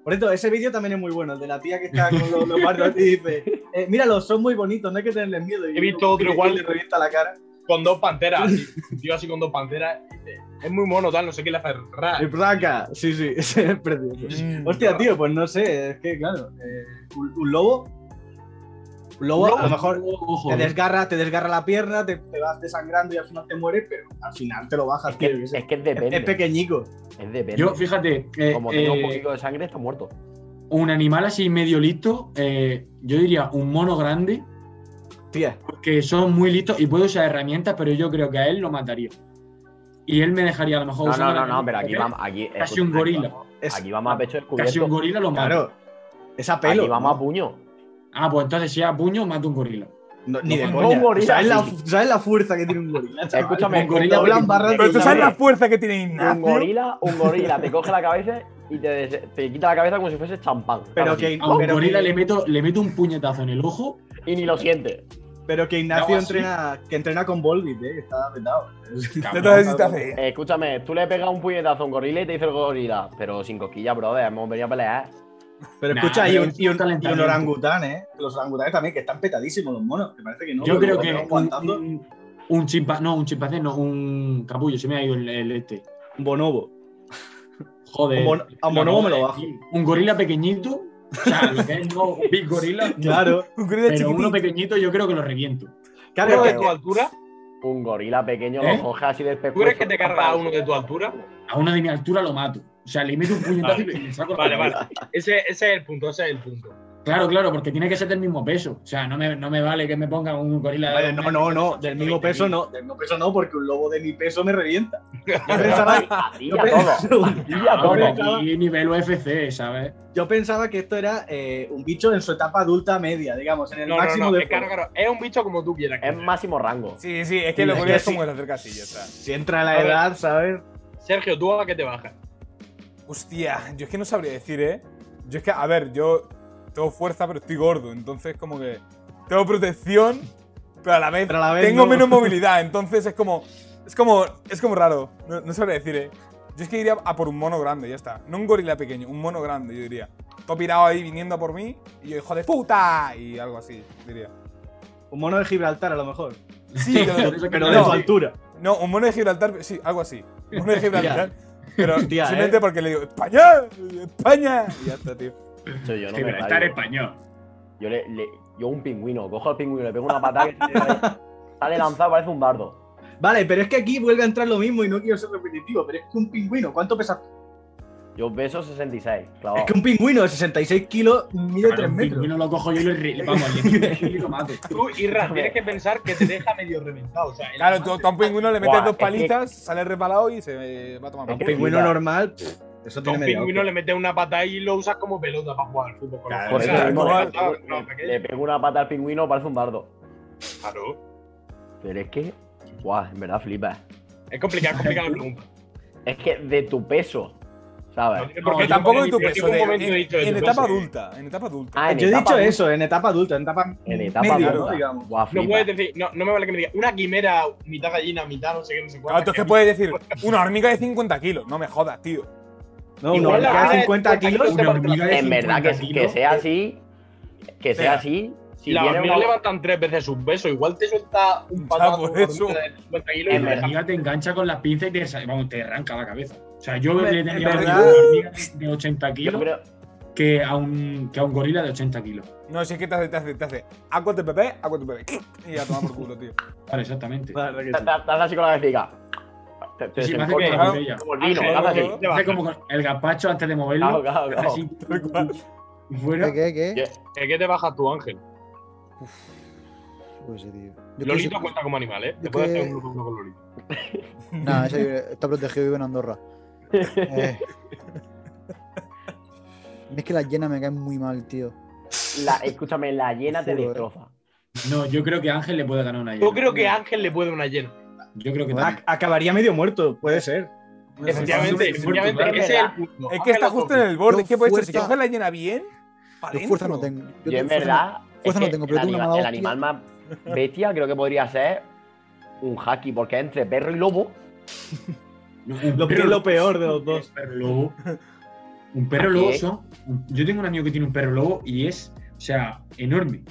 Speaker 6: Por cierto, ese vídeo también es muy bueno, el de la tía que está con los, los barros y dice, eh, míralos, son muy bonitos, no hay que tenerles miedo. Y
Speaker 4: He visto otro
Speaker 6: y- y
Speaker 4: igual.
Speaker 6: le revienta la cara.
Speaker 4: Con dos panteras. Un Tío así con dos panteras. dice, Es muy mono, tal, no sé qué le hace. ra".
Speaker 6: Y placa, sí, sí, ese es precioso.
Speaker 1: Mm,
Speaker 6: Hostia, tío, pues no sé, es que claro, eh, un, un lobo. Un lobo, a lo mejor
Speaker 5: Ojo,
Speaker 6: te desgarra, te desgarra la pierna, te, te vas desangrando y al final te mueres, pero al final te lo bajas,
Speaker 2: Es que,
Speaker 6: tío. yo qué
Speaker 2: es
Speaker 6: sé.
Speaker 2: que
Speaker 6: Es,
Speaker 2: depende.
Speaker 6: es pequeñico.
Speaker 2: es depende.
Speaker 5: Yo, fíjate, eh,
Speaker 2: Como tengo un
Speaker 5: eh,
Speaker 2: poquito de sangre, está muerto.
Speaker 5: un animal así medio listo, eh, yo diría un mono grande,
Speaker 6: Tía,
Speaker 5: porque son muy listos y puede usar herramientas, pero yo creo que a él lo mataría. Y él me dejaría a lo mejor
Speaker 2: No,
Speaker 5: usando
Speaker 2: no, no,
Speaker 5: herramientas
Speaker 2: no, pero aquí
Speaker 5: porque
Speaker 2: vamos. Aquí,
Speaker 5: Casi un
Speaker 2: escucha, aquí
Speaker 5: gorila.
Speaker 2: vamos-
Speaker 6: es,
Speaker 2: Aquí vamos a pecho descubierto.
Speaker 5: ¿eh? Casi un gorila lo mata.
Speaker 6: claro, es a pelo.
Speaker 2: Aquí vamos
Speaker 6: ¿no?
Speaker 2: a puño.
Speaker 5: Ah, pues entonces si a puño, mata un gorila.
Speaker 6: No, ni de
Speaker 5: No,
Speaker 6: coña.
Speaker 2: un gorila,
Speaker 6: ¿Sabes, la,
Speaker 2: sí.
Speaker 6: sabes la fuerza que tiene un gorila? chaval?
Speaker 2: Escúchame,
Speaker 5: un gorila
Speaker 6: Doblan
Speaker 5: que-
Speaker 6: barras
Speaker 1: Pero tú
Speaker 6: de
Speaker 1: sabes la
Speaker 6: llave.
Speaker 1: fuerza que tiene
Speaker 2: Un
Speaker 1: Ignacio.
Speaker 2: gorila, un gorila te coge la cabeza y te, des- te quita la cabeza como si fuese champán.
Speaker 6: Pero
Speaker 2: Claro,
Speaker 6: que,
Speaker 5: A un
Speaker 6: pero,
Speaker 5: gorila
Speaker 6: que,
Speaker 5: le meto, le meto un puñetazo en el ojo.
Speaker 2: Y ni lo siente.
Speaker 6: pero que
Speaker 5: Algo
Speaker 6: Ignacio
Speaker 5: así.
Speaker 6: entrena, que entrena con Volbit, eh, que está vetado.
Speaker 1: Yo te si te hace.
Speaker 2: Eh, escúchame, tú le pegas un puñetazo a un gorila y te dice el gorila, pero sin cosquillas, brother, hemos venido a pelear.
Speaker 6: Pero
Speaker 5: Nah,
Speaker 6: escucha, y
Speaker 5: pero
Speaker 6: un,
Speaker 5: es
Speaker 6: y, un,
Speaker 5: talento,
Speaker 6: y un
Speaker 5: talento.
Speaker 6: orangután, ¿eh? Los orangutanes también, que están petadísimos los monos. Me parece que no.
Speaker 5: Yo
Speaker 6: pero
Speaker 5: creo
Speaker 6: le
Speaker 5: que
Speaker 6: pegan un
Speaker 5: un,
Speaker 6: guantazo.
Speaker 5: un, un chimpa- no, un chimpancé, no, un capullo, se me ha ido el, el este.
Speaker 6: Un bonobo.
Speaker 5: Joder.
Speaker 6: Un bon- a un
Speaker 5: No,
Speaker 6: bonobo me lo
Speaker 5: eh,
Speaker 6: bajo.
Speaker 5: Un gorila pequeñito, o sea, lo que es no, un big gorila, no.
Speaker 6: Claro.
Speaker 1: Un gorila
Speaker 5: pero uno
Speaker 1: chiquitito.
Speaker 5: pequeñito yo creo que lo reviento.
Speaker 6: Claro,
Speaker 4: ¿Uno de
Speaker 6: que-
Speaker 4: tu altura?
Speaker 2: Un gorila pequeño
Speaker 5: ¿Eh?
Speaker 2: lo coge así del pescuezo.
Speaker 4: crees que te carga a uno de tu altura?
Speaker 5: A uno de mi altura lo mato. O sea, le meto un puñetazo y le saco la
Speaker 4: Vale, vale.
Speaker 5: cabeza.
Speaker 4: Ese, ese es el punto, ese es el punto.
Speaker 5: Claro, claro, porque tiene que ser del mismo peso. O sea, no me, no me vale que me ponga un gorila de
Speaker 6: Vale, no, no, no. Del mismo peso no. Del mismo peso no, porque un lobo de mi peso me revienta. Yo pensaba,
Speaker 2: A ti y
Speaker 6: yo
Speaker 2: a todos.
Speaker 6: pensaba-
Speaker 2: Y a
Speaker 5: Hombre,
Speaker 2: todos.
Speaker 6: estaba-
Speaker 5: aquí nivel UFC, ¿sabes?
Speaker 6: yo pensaba que esto era eh, un bicho en su etapa adulta media, digamos, en el
Speaker 4: No, no,
Speaker 6: máximo
Speaker 4: no,
Speaker 6: de.
Speaker 4: es caro, caro. Es un bicho como tú quieras. que
Speaker 2: Es
Speaker 4: sea.
Speaker 2: máximo rango.
Speaker 1: Sí, sí, es que
Speaker 6: Sí,
Speaker 1: lo
Speaker 6: es
Speaker 1: gorila
Speaker 6: que
Speaker 1: es como
Speaker 6: sí.
Speaker 1: el hacer casilla, está.
Speaker 6: Si entra
Speaker 4: A
Speaker 6: la
Speaker 4: ver.
Speaker 6: edad, ¿sabes?
Speaker 4: Sergio, ¿tú a qué te bajas?
Speaker 1: Hostia, yo es que no sabría decir, ¿eh? Yo es que, a ver, yo tengo fuerza, pero estoy gordo, entonces como que tengo protección, pero a la vez,
Speaker 6: Pero a la vez
Speaker 1: tengo
Speaker 6: no.
Speaker 1: menos movilidad, entonces es como, es como, es como raro, no, no sabría decir, ¿eh? Yo es que iría a por un mono grande, ya está. No un gorila pequeño, un mono grande, yo diría. Todo pirado ahí viniendo a por mí, y yo, hijo de puta, y algo así, diría.
Speaker 6: Un mono de Gibraltar, a lo mejor.
Speaker 1: Sí,
Speaker 5: Pero
Speaker 1: pero,
Speaker 5: eso que
Speaker 6: Pero
Speaker 5: no
Speaker 6: de
Speaker 1: no,
Speaker 6: su altura.
Speaker 1: no, un mono de Gibraltar, sí, algo así. Un mono de Gibraltar. Pero
Speaker 6: Hostia, ¿eh?
Speaker 1: simplemente porque le digo, ¡España! ¡España! Y ya está, tío.
Speaker 2: Yo, yo no me
Speaker 5: Gibraltar
Speaker 2: callo.
Speaker 5: español.
Speaker 2: Yo, le, le- yo un pingüino, cojo al pingüino, le pego una patada que sale- sale lanzado, parece un bardo.
Speaker 6: Vale, pero es que aquí vuelve a entrar lo mismo y no quiero ser repetitivo, pero es que un pingüino, ¿cuánto pesa?
Speaker 2: Yo peso 66, clavado.
Speaker 6: Es que un pingüino de 66 kilos mide
Speaker 5: Claro,
Speaker 6: 3
Speaker 5: un
Speaker 6: metros.
Speaker 5: pingüino lo cojo yo y lo re- le, vamos, le meto un kilo y lo mato.
Speaker 4: Tú, Irra, tienes que pensar que te deja medio reventado. O sea, el
Speaker 1: Claro,
Speaker 4: amante-
Speaker 1: tú, tú a un pingüino le metes
Speaker 2: Buah,
Speaker 1: dos
Speaker 2: es que-
Speaker 1: palitas, sale repalado y se eh, va a tomar
Speaker 2: Es
Speaker 1: por
Speaker 2: que-
Speaker 1: culo.
Speaker 6: Pingüino
Speaker 2: Mira.
Speaker 6: normal, pff, eso
Speaker 4: tú a
Speaker 6: tiene
Speaker 4: un
Speaker 6: media
Speaker 4: pingüino
Speaker 6: hostia.
Speaker 4: le metes una pata y lo usas como pelota para jugar al fútbol. con los
Speaker 2: Por
Speaker 4: colegas.
Speaker 2: eso
Speaker 1: o sea,
Speaker 2: mismo,
Speaker 1: como-
Speaker 2: le, pego-
Speaker 4: no,
Speaker 2: le-
Speaker 4: pequeño.
Speaker 2: le pego una pata al pingüino, parece un bardo.
Speaker 4: Claro.
Speaker 2: Pero es que, guau, en verdad flipas.
Speaker 4: Es complicado, es complicada la pregunta.
Speaker 2: Es que de tu peso,
Speaker 4: No
Speaker 2: ¿sabes?
Speaker 4: tiene por
Speaker 1: Porque
Speaker 4: qué-
Speaker 1: tampoco de tu
Speaker 4: en
Speaker 1: peso,
Speaker 4: ningún
Speaker 1: de-
Speaker 4: momento
Speaker 1: en,
Speaker 4: he dicho de
Speaker 1: en
Speaker 4: tu
Speaker 1: etapa
Speaker 4: peso.
Speaker 1: adulta, en etapa adulta.
Speaker 2: Ah, en
Speaker 6: Yo he
Speaker 2: etapa
Speaker 6: dicho
Speaker 2: adulta.
Speaker 6: eso, en etapa adulta, en etapa,
Speaker 2: En etapa
Speaker 6: media,
Speaker 1: adulta.
Speaker 6: ¿no? digamos.
Speaker 2: Guau,
Speaker 4: No
Speaker 2: flipa.
Speaker 4: puedes decir, no, no me vale que me diga una quimera, mitad gallina, mitad no sé qué, no sé
Speaker 1: Claro,
Speaker 4: cuánto.
Speaker 1: tú es que puedes decir, una hormiga de 50 kilos, no me jodas, tío.
Speaker 6: No,
Speaker 4: Igual la
Speaker 6: una hormiga
Speaker 4: vara
Speaker 6: de
Speaker 4: de
Speaker 6: 50
Speaker 4: 50
Speaker 6: kilos.
Speaker 4: kilos
Speaker 5: Una hormiga de
Speaker 2: en verdad que,
Speaker 5: 50
Speaker 2: que
Speaker 5: kilos.
Speaker 2: sea así, que sea
Speaker 1: Venga.
Speaker 2: así, si
Speaker 4: la
Speaker 2: viene
Speaker 4: hormiga
Speaker 2: una-
Speaker 4: levantan tres veces sus besos, igual te suelta un
Speaker 1: Ya,
Speaker 4: patazo
Speaker 1: por
Speaker 4: una
Speaker 1: eso.
Speaker 4: hormiga de 50 kilos y
Speaker 2: Es
Speaker 4: te
Speaker 5: La
Speaker 2: verdad.
Speaker 4: deja-
Speaker 5: hormiga te engancha con las pinzas y te, sa- vamos, te arranca la cabeza. O sea, yo
Speaker 6: Hombre,
Speaker 5: le tendría
Speaker 1: en
Speaker 5: miedo
Speaker 1: verdad-
Speaker 5: a una hormiga de- de 80
Speaker 2: yo
Speaker 5: kilos
Speaker 2: creo,
Speaker 5: que, a un, que a un gorila de 80 kilos.
Speaker 1: No, si es que te hace, te hace, te hace, agua de bebé, agua de bebé. Y ya toma por culo, tío.
Speaker 5: Claro, exactamente.
Speaker 6: La verdad que
Speaker 2: te, te-
Speaker 6: sí.
Speaker 2: te haces así con la vejiga. Te, te
Speaker 5: Sí, sí, me hace
Speaker 2: desencoñas,
Speaker 5: como
Speaker 1: claro.
Speaker 5: la botella.
Speaker 2: como el
Speaker 1: Ah,
Speaker 2: vino,
Speaker 4: Ángel,
Speaker 2: haces así.
Speaker 1: luego-
Speaker 5: Hace como con el gazpacho antes de moverlo.
Speaker 2: Claro, claro, claro.
Speaker 5: Así,
Speaker 1: Tal cual.
Speaker 5: y fuera.
Speaker 3: ¿Qué, qué, qué?
Speaker 2: Yo-
Speaker 4: ¿De qué te bajas tú, Ángel?
Speaker 3: Yo qué sé, tío. Yo qué
Speaker 4: Lolito
Speaker 3: sé.
Speaker 4: cuenta como animal, ¿eh? Te
Speaker 3: Yo
Speaker 4: puedes
Speaker 3: que-
Speaker 4: hacer un grupo con Lolito.
Speaker 3: Nah, ese vive- está protegido, vive en Andorra. Eh. Es que las llenas me caen muy mal, tío.
Speaker 2: la- escúchame, la hiena te
Speaker 3: Juro, eh.
Speaker 2: destroza.
Speaker 5: No, yo creo que Ángel le puede ganar una
Speaker 4: Yo
Speaker 5: hiena.
Speaker 4: creo que Ángel le puede una llena.
Speaker 5: Yo creo que
Speaker 6: Ac-
Speaker 5: también.
Speaker 6: Acabaría medio muerto, puede ser.
Speaker 4: Efectivamente,
Speaker 5: sí, sí,
Speaker 4: efectivamente,
Speaker 5: claro.
Speaker 4: ese es el punto.
Speaker 1: Es que está justo en el borde,
Speaker 3: Yo
Speaker 1: es que por eso, si
Speaker 3: fuerza-
Speaker 1: coges la llena bien, pa'
Speaker 3: Yo fuerza no
Speaker 1: dentro.
Speaker 3: tengo.
Speaker 2: Yo,
Speaker 3: te-
Speaker 2: en
Speaker 3: fuerza no-
Speaker 2: verdad, es
Speaker 3: fuerza no
Speaker 2: que
Speaker 3: tengo,
Speaker 2: el,
Speaker 3: pero tengo una
Speaker 2: anima-
Speaker 3: mala
Speaker 2: el animal más bestia creo que podría ser un haki, porque entre perro y lobo,
Speaker 5: No, un
Speaker 6: Lo
Speaker 5: perro
Speaker 6: peor, lo peor de los dos.
Speaker 5: Perro lobo. Un perro lobo
Speaker 2: Aquí-
Speaker 5: son. Yo tengo un amigo que tiene un perro lobo y es, o sea, enorme.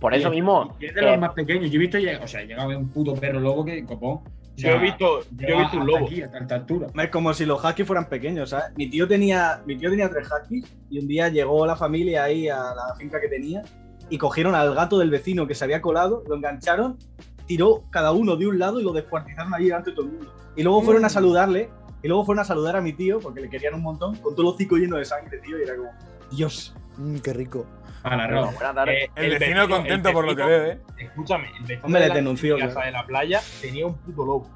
Speaker 2: Por eso
Speaker 5: Y-
Speaker 2: mismo.
Speaker 5: y es de los
Speaker 2: eh,
Speaker 5: más pequeños. Yo he visto, ya- o sea, he llegado a ver un puto perro lobo que, copón. o sea,
Speaker 4: Yo he visto, yo he
Speaker 5: llega
Speaker 4: visto un
Speaker 5: hasta
Speaker 4: lobo.
Speaker 5: Aquí, a tanta altura.
Speaker 6: Es como si los hackis fueran pequeños, ¿sabes? Mi tío tenía, mi tío tenía tres hackis y un día llegó la familia ahí a la finca que tenía y cogieron al gato del vecino que se había colado, lo engancharon, tiró cada uno de un lado y lo descuartizaron allí delante de todo el mundo. Y luego fueron
Speaker 3: Mm.
Speaker 6: a saludarle, y luego fueron a saludar a mi tío porque le querían un montón, con todo el hocico lleno de sangre, tío, y era como, Dios.
Speaker 3: Mm, qué rico.
Speaker 5: A la
Speaker 2: bueno,
Speaker 5: roda.
Speaker 2: buenas tardes.
Speaker 4: Eh,
Speaker 1: El, vecino, contento
Speaker 4: el
Speaker 1: por lo que
Speaker 4: vecino-
Speaker 1: veo, ¿eh?
Speaker 4: Escúchame, el vecino
Speaker 6: Hombre,
Speaker 4: de
Speaker 6: le
Speaker 4: la
Speaker 6: denunció,
Speaker 4: casa
Speaker 6: claro.
Speaker 4: de la playa tenía un puto lobo.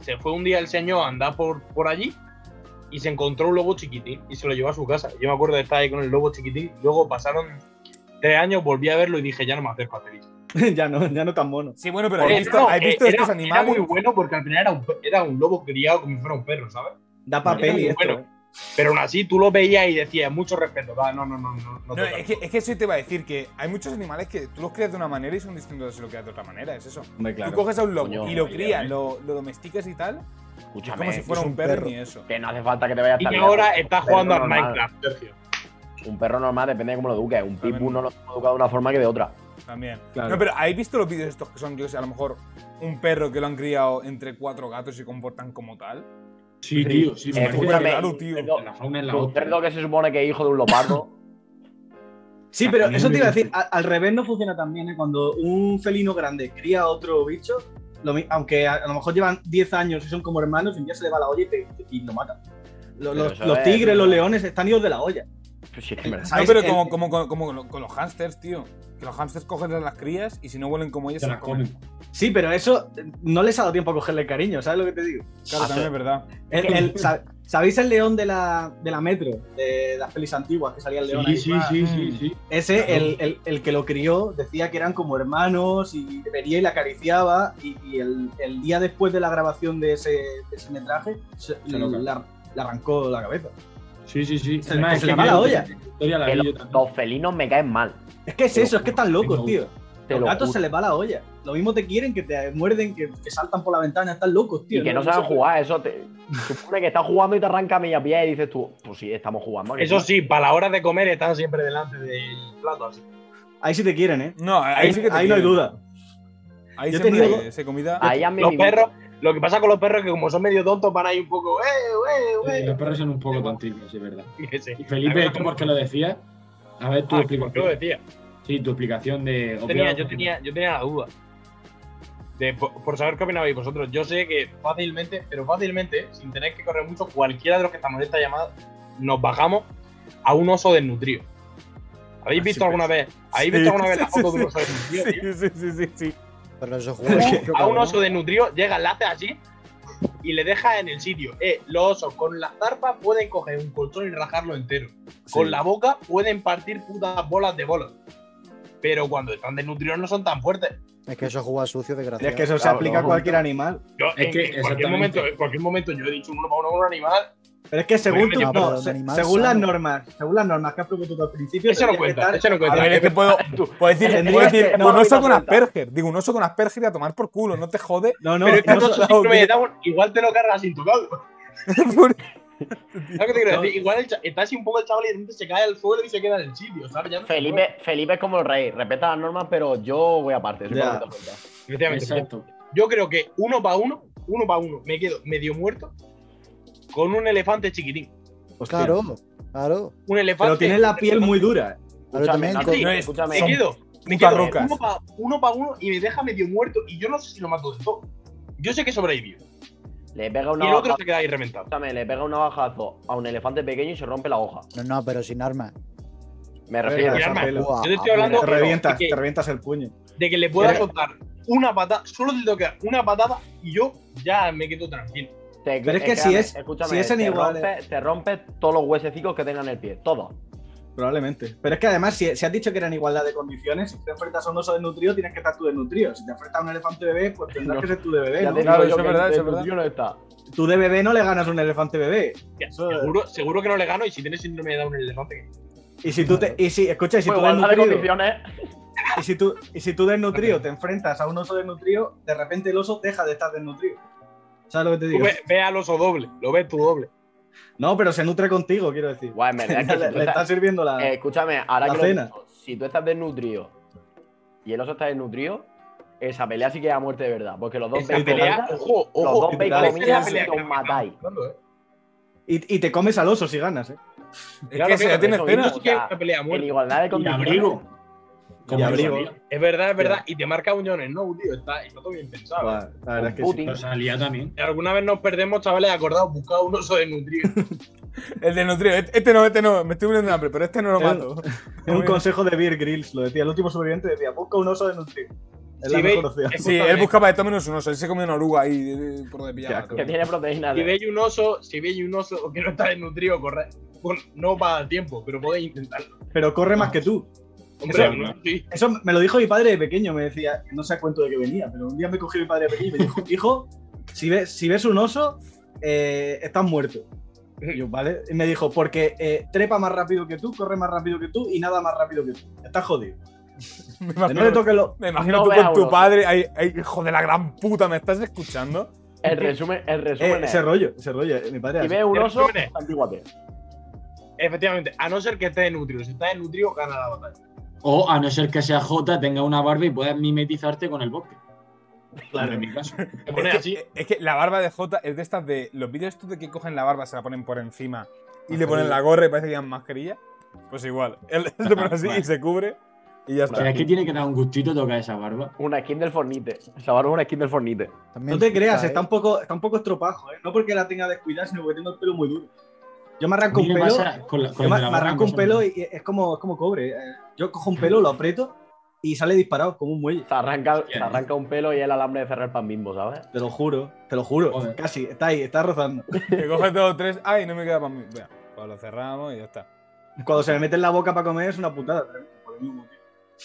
Speaker 4: Se fue un día el señor a andar por, por allí y se encontró un lobo chiquitín y se lo llevó a su casa. Yo me acuerdo de estar ahí con el lobo chiquitín. Luego pasaron tres años, volví a verlo y dije, ya no me haces pastelito.
Speaker 6: ya no, ya no tan mono.
Speaker 1: Sí, bueno, pero
Speaker 4: Eh,
Speaker 1: ¿has visto,
Speaker 4: no,
Speaker 1: has
Speaker 4: eh,
Speaker 1: visto
Speaker 4: era-
Speaker 1: estos
Speaker 4: Era
Speaker 1: animales?
Speaker 4: muy bueno porque al final era un, pe- era un lobo criado como si fuera un perro, ¿sabes?
Speaker 6: Da papel y
Speaker 4: muy
Speaker 6: esto.
Speaker 4: bueno.
Speaker 6: ¿eh?
Speaker 4: Pero aún así tú lo veías y decías, mucho respeto. va, No, no, no, no. no
Speaker 1: No,
Speaker 4: toca".
Speaker 1: es, que, es que eso te iba a decir que hay muchos animales que tú los creas de una manera y son distintos si lo creas de otra manera, es eso.
Speaker 6: Hombre, claro.
Speaker 1: Tú coges a un lobo
Speaker 2: Coño,
Speaker 1: y lo
Speaker 5: idea,
Speaker 1: crías,
Speaker 5: ¿eh?
Speaker 1: lo, lo domesticas y tal, es
Speaker 2: Escúchame.
Speaker 1: como si fuera
Speaker 3: es
Speaker 1: un
Speaker 3: un
Speaker 1: perro
Speaker 3: perro.
Speaker 1: ni eso.
Speaker 2: Que no hace falta que te vayas
Speaker 4: Y
Speaker 2: tan
Speaker 4: que
Speaker 2: lejos.
Speaker 4: ahora estás
Speaker 2: Un perro
Speaker 4: jugando al
Speaker 2: normal-
Speaker 4: Minecraft, Sergio.
Speaker 2: Un perro normal depende de cómo lo eduques. Un
Speaker 1: También.
Speaker 2: pitbull no lo hemos educado de una forma que de otra.
Speaker 1: También.
Speaker 6: Claro.
Speaker 1: No, pero ¿habéis visto los vídeos estos que son, yo qué sé, a lo mejor un perro que lo han criado entre cuatro gatos y se comportan como tal?
Speaker 5: Sí, tío, sí, me
Speaker 2: Eh,
Speaker 5: parece
Speaker 1: escúchame,
Speaker 5: que
Speaker 1: raro, tío.
Speaker 2: un cerdo-
Speaker 5: la fauna es la
Speaker 2: Un
Speaker 5: otra.
Speaker 2: cerdo que se supone que es hijo de un lopardo.
Speaker 6: Sí, pero eso te iba a decir, a- al revés no funciona tan bien, ¿eh? Cuando un felino grande cría a otro bicho, lo mi- aunque a, a lo mejor llevan 10 años y son como hermanos, un día se le va la olla y, te- y lo mata. Lo-
Speaker 2: Pero
Speaker 6: Los,
Speaker 2: eso
Speaker 6: los
Speaker 2: es-
Speaker 6: tigres, los leones están idos de la olla.
Speaker 2: Pues sí, es que me-
Speaker 1: No,
Speaker 6: ¿Sabéis?
Speaker 1: pero
Speaker 6: El-
Speaker 1: como, como, como, como con lo- con los hamsters, tío. Que los hamsters cogen a las crías y si no huelen como ellas
Speaker 5: Se
Speaker 1: se
Speaker 5: la
Speaker 1: las comen.
Speaker 5: comen.
Speaker 6: Sí, pero eso eh, no les ha dado tiempo a cogerle cariño, ¿sabes lo que te digo?
Speaker 1: Claro, también es verdad.
Speaker 6: El- el- sa- ¿Sabéis el león de la, de la metro, de las pelis antiguas que salía el león?
Speaker 5: Sí,
Speaker 6: ahí?
Speaker 5: sí,
Speaker 6: Ah,
Speaker 5: sí, sí, sí.
Speaker 6: Ese,
Speaker 5: Claro.
Speaker 6: el, el- el que lo crió, decía que eran como hermanos y venía y le acariciaba. Y, y el, el día después de la grabación de ese, de ese metraje, se-
Speaker 5: Se lo
Speaker 6: le, le arrancó la cabeza.
Speaker 5: Sí, sí, sí.
Speaker 6: Se le- se le va la olla.
Speaker 5: Historia la
Speaker 2: que
Speaker 5: vi
Speaker 2: lo-
Speaker 5: yo
Speaker 2: los
Speaker 5: también.
Speaker 2: felinos me caen mal.
Speaker 6: Es que es
Speaker 5: Te lo
Speaker 6: eso, es que
Speaker 5: juro,
Speaker 6: están locos,
Speaker 5: me
Speaker 6: tío.
Speaker 2: Te
Speaker 6: Los
Speaker 2: lo
Speaker 6: gatos
Speaker 2: juro.
Speaker 6: se les va la olla. Lo mismo te quieren, que te muerden, que, que saltan por la ventana, están locos, tío.
Speaker 2: Y que no saben jugar, eso te. Supone que estás jugando y te arranca a media pie y dices tú, pues sí, estamos jugando. que
Speaker 4: Eso sí, para la hora de comer están siempre delante del plato. Así.
Speaker 6: Ahí sí te quieren, ¿eh?
Speaker 1: No, ahí,
Speaker 6: Ahí,
Speaker 1: sí que te
Speaker 6: ahí no hay
Speaker 1: quieren.
Speaker 6: duda.
Speaker 1: Ahí
Speaker 6: Yo he
Speaker 1: siempre
Speaker 6: tenido-
Speaker 1: hay- se comida.
Speaker 2: Ahí han
Speaker 4: Los
Speaker 2: vivido.
Speaker 4: perros, lo que pasa con los perros es que como son medio tontos van ahí un poco, ¡eh, eh,
Speaker 5: Sí,
Speaker 4: eh!
Speaker 5: Los perros son un poco tontitos, es verdad.
Speaker 4: Fíjese.
Speaker 5: Y Felipe, ¿tú por qué lo decías? A ver, tu
Speaker 4: Ah, ¿por qué lo
Speaker 5: explicación.
Speaker 4: decía?
Speaker 5: Sí, tu explicación de.
Speaker 4: Yo tenía, yo tenía, yo tenía la duda. De, por, por saber qué opinabais vosotros. Yo sé que fácilmente, pero fácilmente, sin tener que correr mucho, cualquiera de los que estamos en esta llamada, nos bajamos a un oso desnutrido. ¿Habéis
Speaker 1: Ah,
Speaker 4: visto
Speaker 1: sí,
Speaker 4: alguna vez? ¿Habéis
Speaker 1: Sí,
Speaker 4: visto alguna vez la
Speaker 1: sí,
Speaker 4: foto
Speaker 1: sí,
Speaker 4: de un oso
Speaker 1: Sí,
Speaker 4: desnutrido, tío?
Speaker 1: sí, sí, sí, sí.
Speaker 3: Pero esos
Speaker 6: Es
Speaker 3: juegos.
Speaker 6: que-
Speaker 3: qué
Speaker 4: A un
Speaker 3: cabrón.
Speaker 4: oso desnutrido llega, la hace así y le deja en el sitio. Eh, los osos con las zarpas pueden coger un colchón y rajarlo entero. Con la boca pueden partir putas bolas de bolas. Pero cuando están desnutridos no son tan fuertes.
Speaker 3: Es que eso juega sucio,
Speaker 6: Y
Speaker 3: desgraciado.
Speaker 6: es que eso se
Speaker 2: Claro,
Speaker 6: aplica a
Speaker 2: no.
Speaker 6: cualquier animal.
Speaker 4: Yo,
Speaker 5: Es
Speaker 4: en,
Speaker 5: que,
Speaker 4: en cualquier
Speaker 5: exactamente.
Speaker 4: momento, en cualquier momento yo he dicho un uno para uno con un animal.
Speaker 6: Pero es que según,
Speaker 4: Pero
Speaker 6: tu-
Speaker 4: no,
Speaker 6: no,
Speaker 3: pero un
Speaker 6: se-
Speaker 3: animal
Speaker 6: según las
Speaker 3: sano.
Speaker 6: normas, según las normas que has propuesto tú al principio,
Speaker 4: Eso no
Speaker 6: tendría que
Speaker 4: cuenta,
Speaker 6: estar-
Speaker 4: eso no
Speaker 1: A
Speaker 4: cuenta.
Speaker 1: ver, es que puedo, puedo decir,
Speaker 6: Pues Tendrías
Speaker 1: puedo decir,
Speaker 2: que- no,
Speaker 1: un
Speaker 2: no,
Speaker 1: oso
Speaker 2: no,
Speaker 1: con
Speaker 2: no.
Speaker 1: Asperger. Digo, un oso con Asperger y a tomar por culo, no te jode.
Speaker 6: No, no,
Speaker 4: pero es que
Speaker 6: no,
Speaker 4: un oso
Speaker 6: so-
Speaker 1: no,
Speaker 4: síndrome de
Speaker 1: tío.
Speaker 4: Down, igual te lo cargas sin tocarlo. ¿Sabes qué te quiero
Speaker 6: No.
Speaker 4: decir? Igual el cha- está así un poco el chaval y de repente se cae al suelo y se queda en el sitio, ¿sabes? Ya no-
Speaker 2: Felipe, Felipe es como el rey, respeta las normas, pero yo voy aparte. soy
Speaker 6: Ya.
Speaker 2: para meter cuenta.
Speaker 4: Efectivamente,
Speaker 5: Exacto.
Speaker 4: Yo creo que uno para uno, uno para uno, me quedo medio muerto con un elefante chiquitín.
Speaker 6: Hostia.
Speaker 3: Claro, claro.
Speaker 4: Un elefante.
Speaker 6: Pero tienes la piel muy dura.
Speaker 3: Pero también
Speaker 2: Nazi,
Speaker 3: con-
Speaker 4: no
Speaker 1: es-
Speaker 2: escúchame.
Speaker 4: Me quedo, me
Speaker 1: putas
Speaker 4: quedo
Speaker 1: rocas.
Speaker 4: uno para uno, pa uno y me deja medio muerto y yo no sé si lo mato de todo. Yo sé que sobrevivió.
Speaker 2: Le pega
Speaker 4: y
Speaker 2: una
Speaker 4: el otro
Speaker 2: hoja.
Speaker 4: se queda ahí reventado.
Speaker 2: Escúchame, le pega un navajazo a un elefante pequeño y se rompe la hoja.
Speaker 3: No, no, pero sin armas.
Speaker 2: Me refiero.
Speaker 4: sin
Speaker 2: a-
Speaker 4: armas.
Speaker 6: Buah,
Speaker 4: Yo te estoy hablando
Speaker 6: Ah, te
Speaker 4: pero,
Speaker 6: revientas,
Speaker 4: de,
Speaker 6: te
Speaker 4: que,
Speaker 6: revientas el puño.
Speaker 4: de que le pueda
Speaker 2: Pero-
Speaker 4: soltar una patada, solo te toca una patada y yo ya me quedo tranquilo.
Speaker 2: te-
Speaker 6: Pero es que si
Speaker 2: escúchame,
Speaker 6: es-
Speaker 2: escúchame,
Speaker 6: si es en eh.
Speaker 2: te
Speaker 6: iguales.
Speaker 2: rompe, te rompe todos los huesecicos que tengan en el pie, todos.
Speaker 6: Probablemente. Pero es que además, si, si has dicho que eran igualdad de condiciones, si te enfrentas a un oso desnutrido, tienes que estar tú desnutrido. Si te enfrentas a un elefante bebé, pues tendrás
Speaker 2: No.
Speaker 6: que ser tú de bebé.
Speaker 2: Ya
Speaker 6: ¿no?
Speaker 2: te
Speaker 1: Claro,
Speaker 2: digo
Speaker 1: eso
Speaker 2: yo
Speaker 1: es
Speaker 2: que
Speaker 1: verdad,
Speaker 2: el
Speaker 1: eso es verdad.
Speaker 2: tuyo no está. Pues
Speaker 6: Tú de bebé no le ganas a un elefante bebé.
Speaker 4: Ya,
Speaker 6: Eso es-
Speaker 4: seguro, seguro que no le gano y si tienes síndrome de Down el elefante.
Speaker 6: Y si tú te. Y si, escucha, y si
Speaker 2: Pues
Speaker 6: tú
Speaker 2: igualdad de
Speaker 6: desnutrido.
Speaker 2: condiciones.
Speaker 6: Y si tú, y si tú desnutrido te enfrentas a un oso desnutrido, de repente el oso deja de estar desnutrido. ¿Sabes lo que te
Speaker 4: Tú
Speaker 6: digo?
Speaker 4: ve, ve al oso doble, lo ves tú doble.
Speaker 6: No, pero se nutre contigo, quiero decir.
Speaker 2: Guay, en verdad es que si
Speaker 6: le,
Speaker 2: tú
Speaker 6: le está
Speaker 2: estás-
Speaker 6: sirviendo la.
Speaker 2: eh, escúchame, ahora
Speaker 6: la
Speaker 2: que lo
Speaker 6: cena.
Speaker 2: pienso, si tú estás desnutrido y el oso está desnutrido, esa pelea sí que es a muerte de verdad. Porque los dos
Speaker 4: Esa
Speaker 2: veis
Speaker 4: pelea,
Speaker 2: comida-
Speaker 4: ojo,
Speaker 2: los
Speaker 4: ojo,
Speaker 2: dos veis
Speaker 6: literal,
Speaker 4: esa
Speaker 2: comida
Speaker 4: es la
Speaker 2: y
Speaker 4: pelea que
Speaker 2: os
Speaker 4: estamos
Speaker 2: matáis.
Speaker 4: hablando, eh.
Speaker 6: Y, y te comes al oso si ganas, ¿eh?
Speaker 1: Es
Speaker 2: Claro,
Speaker 1: que se
Speaker 2: pero
Speaker 1: ya tiene
Speaker 2: eso
Speaker 1: escena.
Speaker 2: mismo.
Speaker 4: Sí que es
Speaker 2: sea,
Speaker 4: una pelea a
Speaker 2: En
Speaker 4: muerte.
Speaker 2: igualdad de
Speaker 5: Y
Speaker 2: condiciones.
Speaker 5: abrigo.
Speaker 6: Y
Speaker 5: Como
Speaker 6: abrigo.
Speaker 5: Rosalía.
Speaker 4: Es verdad, es verdad. Y te marca uniones, ¿no, tío? Está, está todo bien pensado.
Speaker 6: Buah, la verdad es que sí.
Speaker 2: Putin.
Speaker 5: Rosalía también.
Speaker 4: Alguna vez nos perdemos, chavales, acordaos, buscad un oso desnutrido.
Speaker 1: El de nutrido. Este este no, este no. Me estoy muriendo de hambre, pero este no lo
Speaker 6: Claro.
Speaker 1: mato.
Speaker 6: Es un consejo de Beer Grylls, lo decía. El último superviviente decía: busca un oso de nutrir. Es
Speaker 4: Si
Speaker 6: la
Speaker 4: veis-
Speaker 6: mejor opción.
Speaker 1: Sí, él buscaba de todo menos un oso. Él se comió una oruga ahí eh, por donde pillaba.
Speaker 6: asco.
Speaker 2: Que tiene proteínas.
Speaker 4: Si
Speaker 2: de-
Speaker 4: veis un oso, si veis un oso que no está desnutrido, corre. Bueno, No va a dar tiempo, pero podéis intentarlo.
Speaker 6: Pero corre
Speaker 2: Ah.
Speaker 6: más que tú.
Speaker 4: Hombre,
Speaker 5: Eso,
Speaker 4: no, sí.
Speaker 6: Eso me lo dijo mi padre de pequeño, me decía, no sé a cuento de qué venía, pero un día me cogió mi padre de pequeño y me dijo, hijo, si ves, si ves un oso, eh, estás muerto.
Speaker 2: Eh.
Speaker 6: Y yo, ¿vale? Y me dijo, porque eh, trepa más rápido que tú, corre más rápido que tú y nada más rápido que tú. Estás jodido.
Speaker 1: Me
Speaker 2: Ah,
Speaker 6: Que No le
Speaker 1: imagino,
Speaker 6: toques lo...
Speaker 1: me imagino
Speaker 2: No
Speaker 1: tú
Speaker 2: veas
Speaker 1: con
Speaker 2: un
Speaker 1: tu
Speaker 2: oso.
Speaker 1: padre. ahí- ahí, hijo de la gran puta, ¿me estás escuchando?
Speaker 2: El resumen, el
Speaker 6: Eh,
Speaker 2: resumen es,
Speaker 6: ese rollo, ese rollo. eh, Mi padre
Speaker 2: si
Speaker 6: así.
Speaker 2: ves un
Speaker 4: El
Speaker 2: oso,
Speaker 4: resumen es-
Speaker 2: antíguate.
Speaker 4: Efectivamente, a no ser que esté desnutrido. Si está desnutrido, gana la batalla.
Speaker 5: O a no ser que sea Jota, tenga una barba y puedas mimetizarte con el bosque. Claro, en mi caso.
Speaker 4: Te pones
Speaker 1: Es que,
Speaker 4: así.
Speaker 1: es que la barba de Jota es de estas de. Los vídeos estos de que cogen la barba, se la ponen por encima y le ponen la gorra y parece que llevan mascarilla. Pues igual. Él, él te pone así y se cubre y ya
Speaker 5: Pero
Speaker 1: está.
Speaker 5: es que tiene que dar un gustito tocar esa barba.
Speaker 2: Una skin del Fornite. Esa barba es una skin del Fornite.
Speaker 3: También
Speaker 6: No te
Speaker 3: puta,
Speaker 6: creas,
Speaker 3: ¿eh?
Speaker 6: está un poco, está un poco estropajo, ¿eh? No porque la tenga descuidada, sino porque tengo el pelo muy duro. Yo me arranco
Speaker 5: A mí
Speaker 6: un
Speaker 5: me
Speaker 6: pelo.
Speaker 5: pasa con la- con
Speaker 6: Yo
Speaker 5: el
Speaker 6: me,
Speaker 5: de la
Speaker 6: me
Speaker 5: barba,
Speaker 6: arranco un
Speaker 5: me pasa
Speaker 6: pelo
Speaker 5: mucho.
Speaker 6: y es como, es como cobre. eh. Yo cojo un pelo, lo aprieto y sale disparado como un muelle.
Speaker 2: Se arranca, se arranca un pelo y el alambre de cerrar pan bimbo, ¿sabes?
Speaker 6: Te lo juro, te lo juro.
Speaker 5: Joder.
Speaker 6: Casi, está ahí, está rozando.
Speaker 1: Que coge todos tres. Ay, no me queda para mí. Venga, pues lo cerramos y ya está.
Speaker 6: Cuando se me mete en la boca para comer es una putada. pero por el mismo motivo.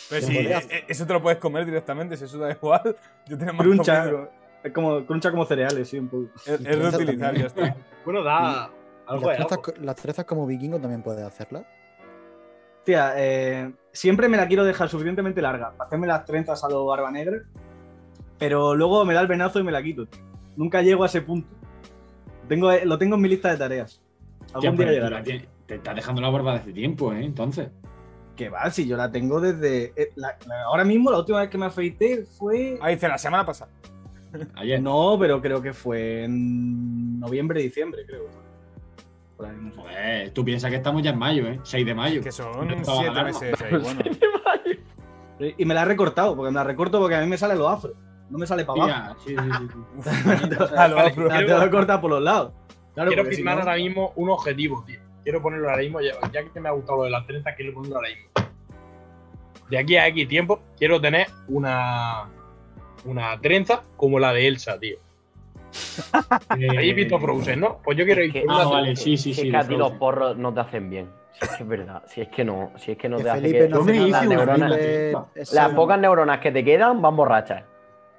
Speaker 1: Pero
Speaker 3: Bien,
Speaker 1: si
Speaker 3: podrías.
Speaker 1: eh, eh, eso te lo puedes comer directamente, si eso da igual. Yo tengo más
Speaker 6: Cruncha,
Speaker 1: comida.
Speaker 6: es como, cruncha como cereales, sí, un poco.
Speaker 1: Es, es de utilizar, ya está.
Speaker 4: Bueno, da
Speaker 3: ¿Y
Speaker 4: algo
Speaker 3: Las
Speaker 4: de
Speaker 3: trezas,
Speaker 4: algo.
Speaker 3: co- las trezas como vikingo también puedes hacerlas.
Speaker 6: Tía, eh, siempre me la quiero dejar suficientemente larga para hacerme las trenzas a lo barba negra, pero luego me da el venazo y me la quito. tío. Nunca llego a ese punto. Tengo, eh, lo tengo en mi lista de tareas.
Speaker 5: Tía,
Speaker 6: Algún día
Speaker 5: pero tú
Speaker 6: llegará.
Speaker 5: la tienes- Te estás dejando la barba desde tiempo, ¿eh? Entonces.
Speaker 6: Que va, si yo la tengo desde. eh, la- la- ahora mismo, la última vez que me afeité fue.
Speaker 1: Ahí dice, la semana pasada.
Speaker 5: Ayer.
Speaker 6: No, pero creo que fue en noviembre, diciembre, creo. Por ahí, no sé.
Speaker 5: Joder, Pues, tú piensas que estamos ya en mayo, ¿eh? 6 de mayo.
Speaker 1: Que son
Speaker 5: No,
Speaker 1: siete
Speaker 5: Ah, no.
Speaker 1: meses ahí, bueno.
Speaker 6: Y me la he recortado, porque me la recorto porque a mí me sale lo afro. No me sale para abajo.
Speaker 5: Tía, sí, sí, sí, sí.
Speaker 1: A lo
Speaker 4: Vale,
Speaker 1: afro.
Speaker 6: Me la tengo que cortar por los lados. Claro,
Speaker 4: Quiero
Speaker 6: porque si
Speaker 4: firmar
Speaker 6: no-
Speaker 4: ahora mismo un objetivo, tío. Quiero ponerlo ahora mismo, ya, ya que me ha gustado lo de las 30, quiero ponerlo ahora mismo. De aquí a X tiempo, quiero tener una, una trenza como la de Elsa, tío.
Speaker 5: Eh,
Speaker 4: Habéis visto Frozen, ¿no? Pues yo quiero ir
Speaker 2: Es que-
Speaker 4: con
Speaker 5: Ah,
Speaker 4: una-
Speaker 5: vale, sí, sí,
Speaker 2: Si
Speaker 5: sí.
Speaker 2: es que
Speaker 5: de
Speaker 2: a ti los
Speaker 5: Frozen.
Speaker 2: porros no te hacen bien. Si es que es verdad. Si es que no. Si es que no
Speaker 3: Que
Speaker 2: te hace
Speaker 3: Felipe
Speaker 2: que.
Speaker 3: no
Speaker 5: Yo me
Speaker 3: hace nada.
Speaker 5: hice una
Speaker 3: Felipe
Speaker 5: rima.
Speaker 3: es
Speaker 2: Las
Speaker 3: un-
Speaker 2: pocas neuronas que te quedan van borrachas.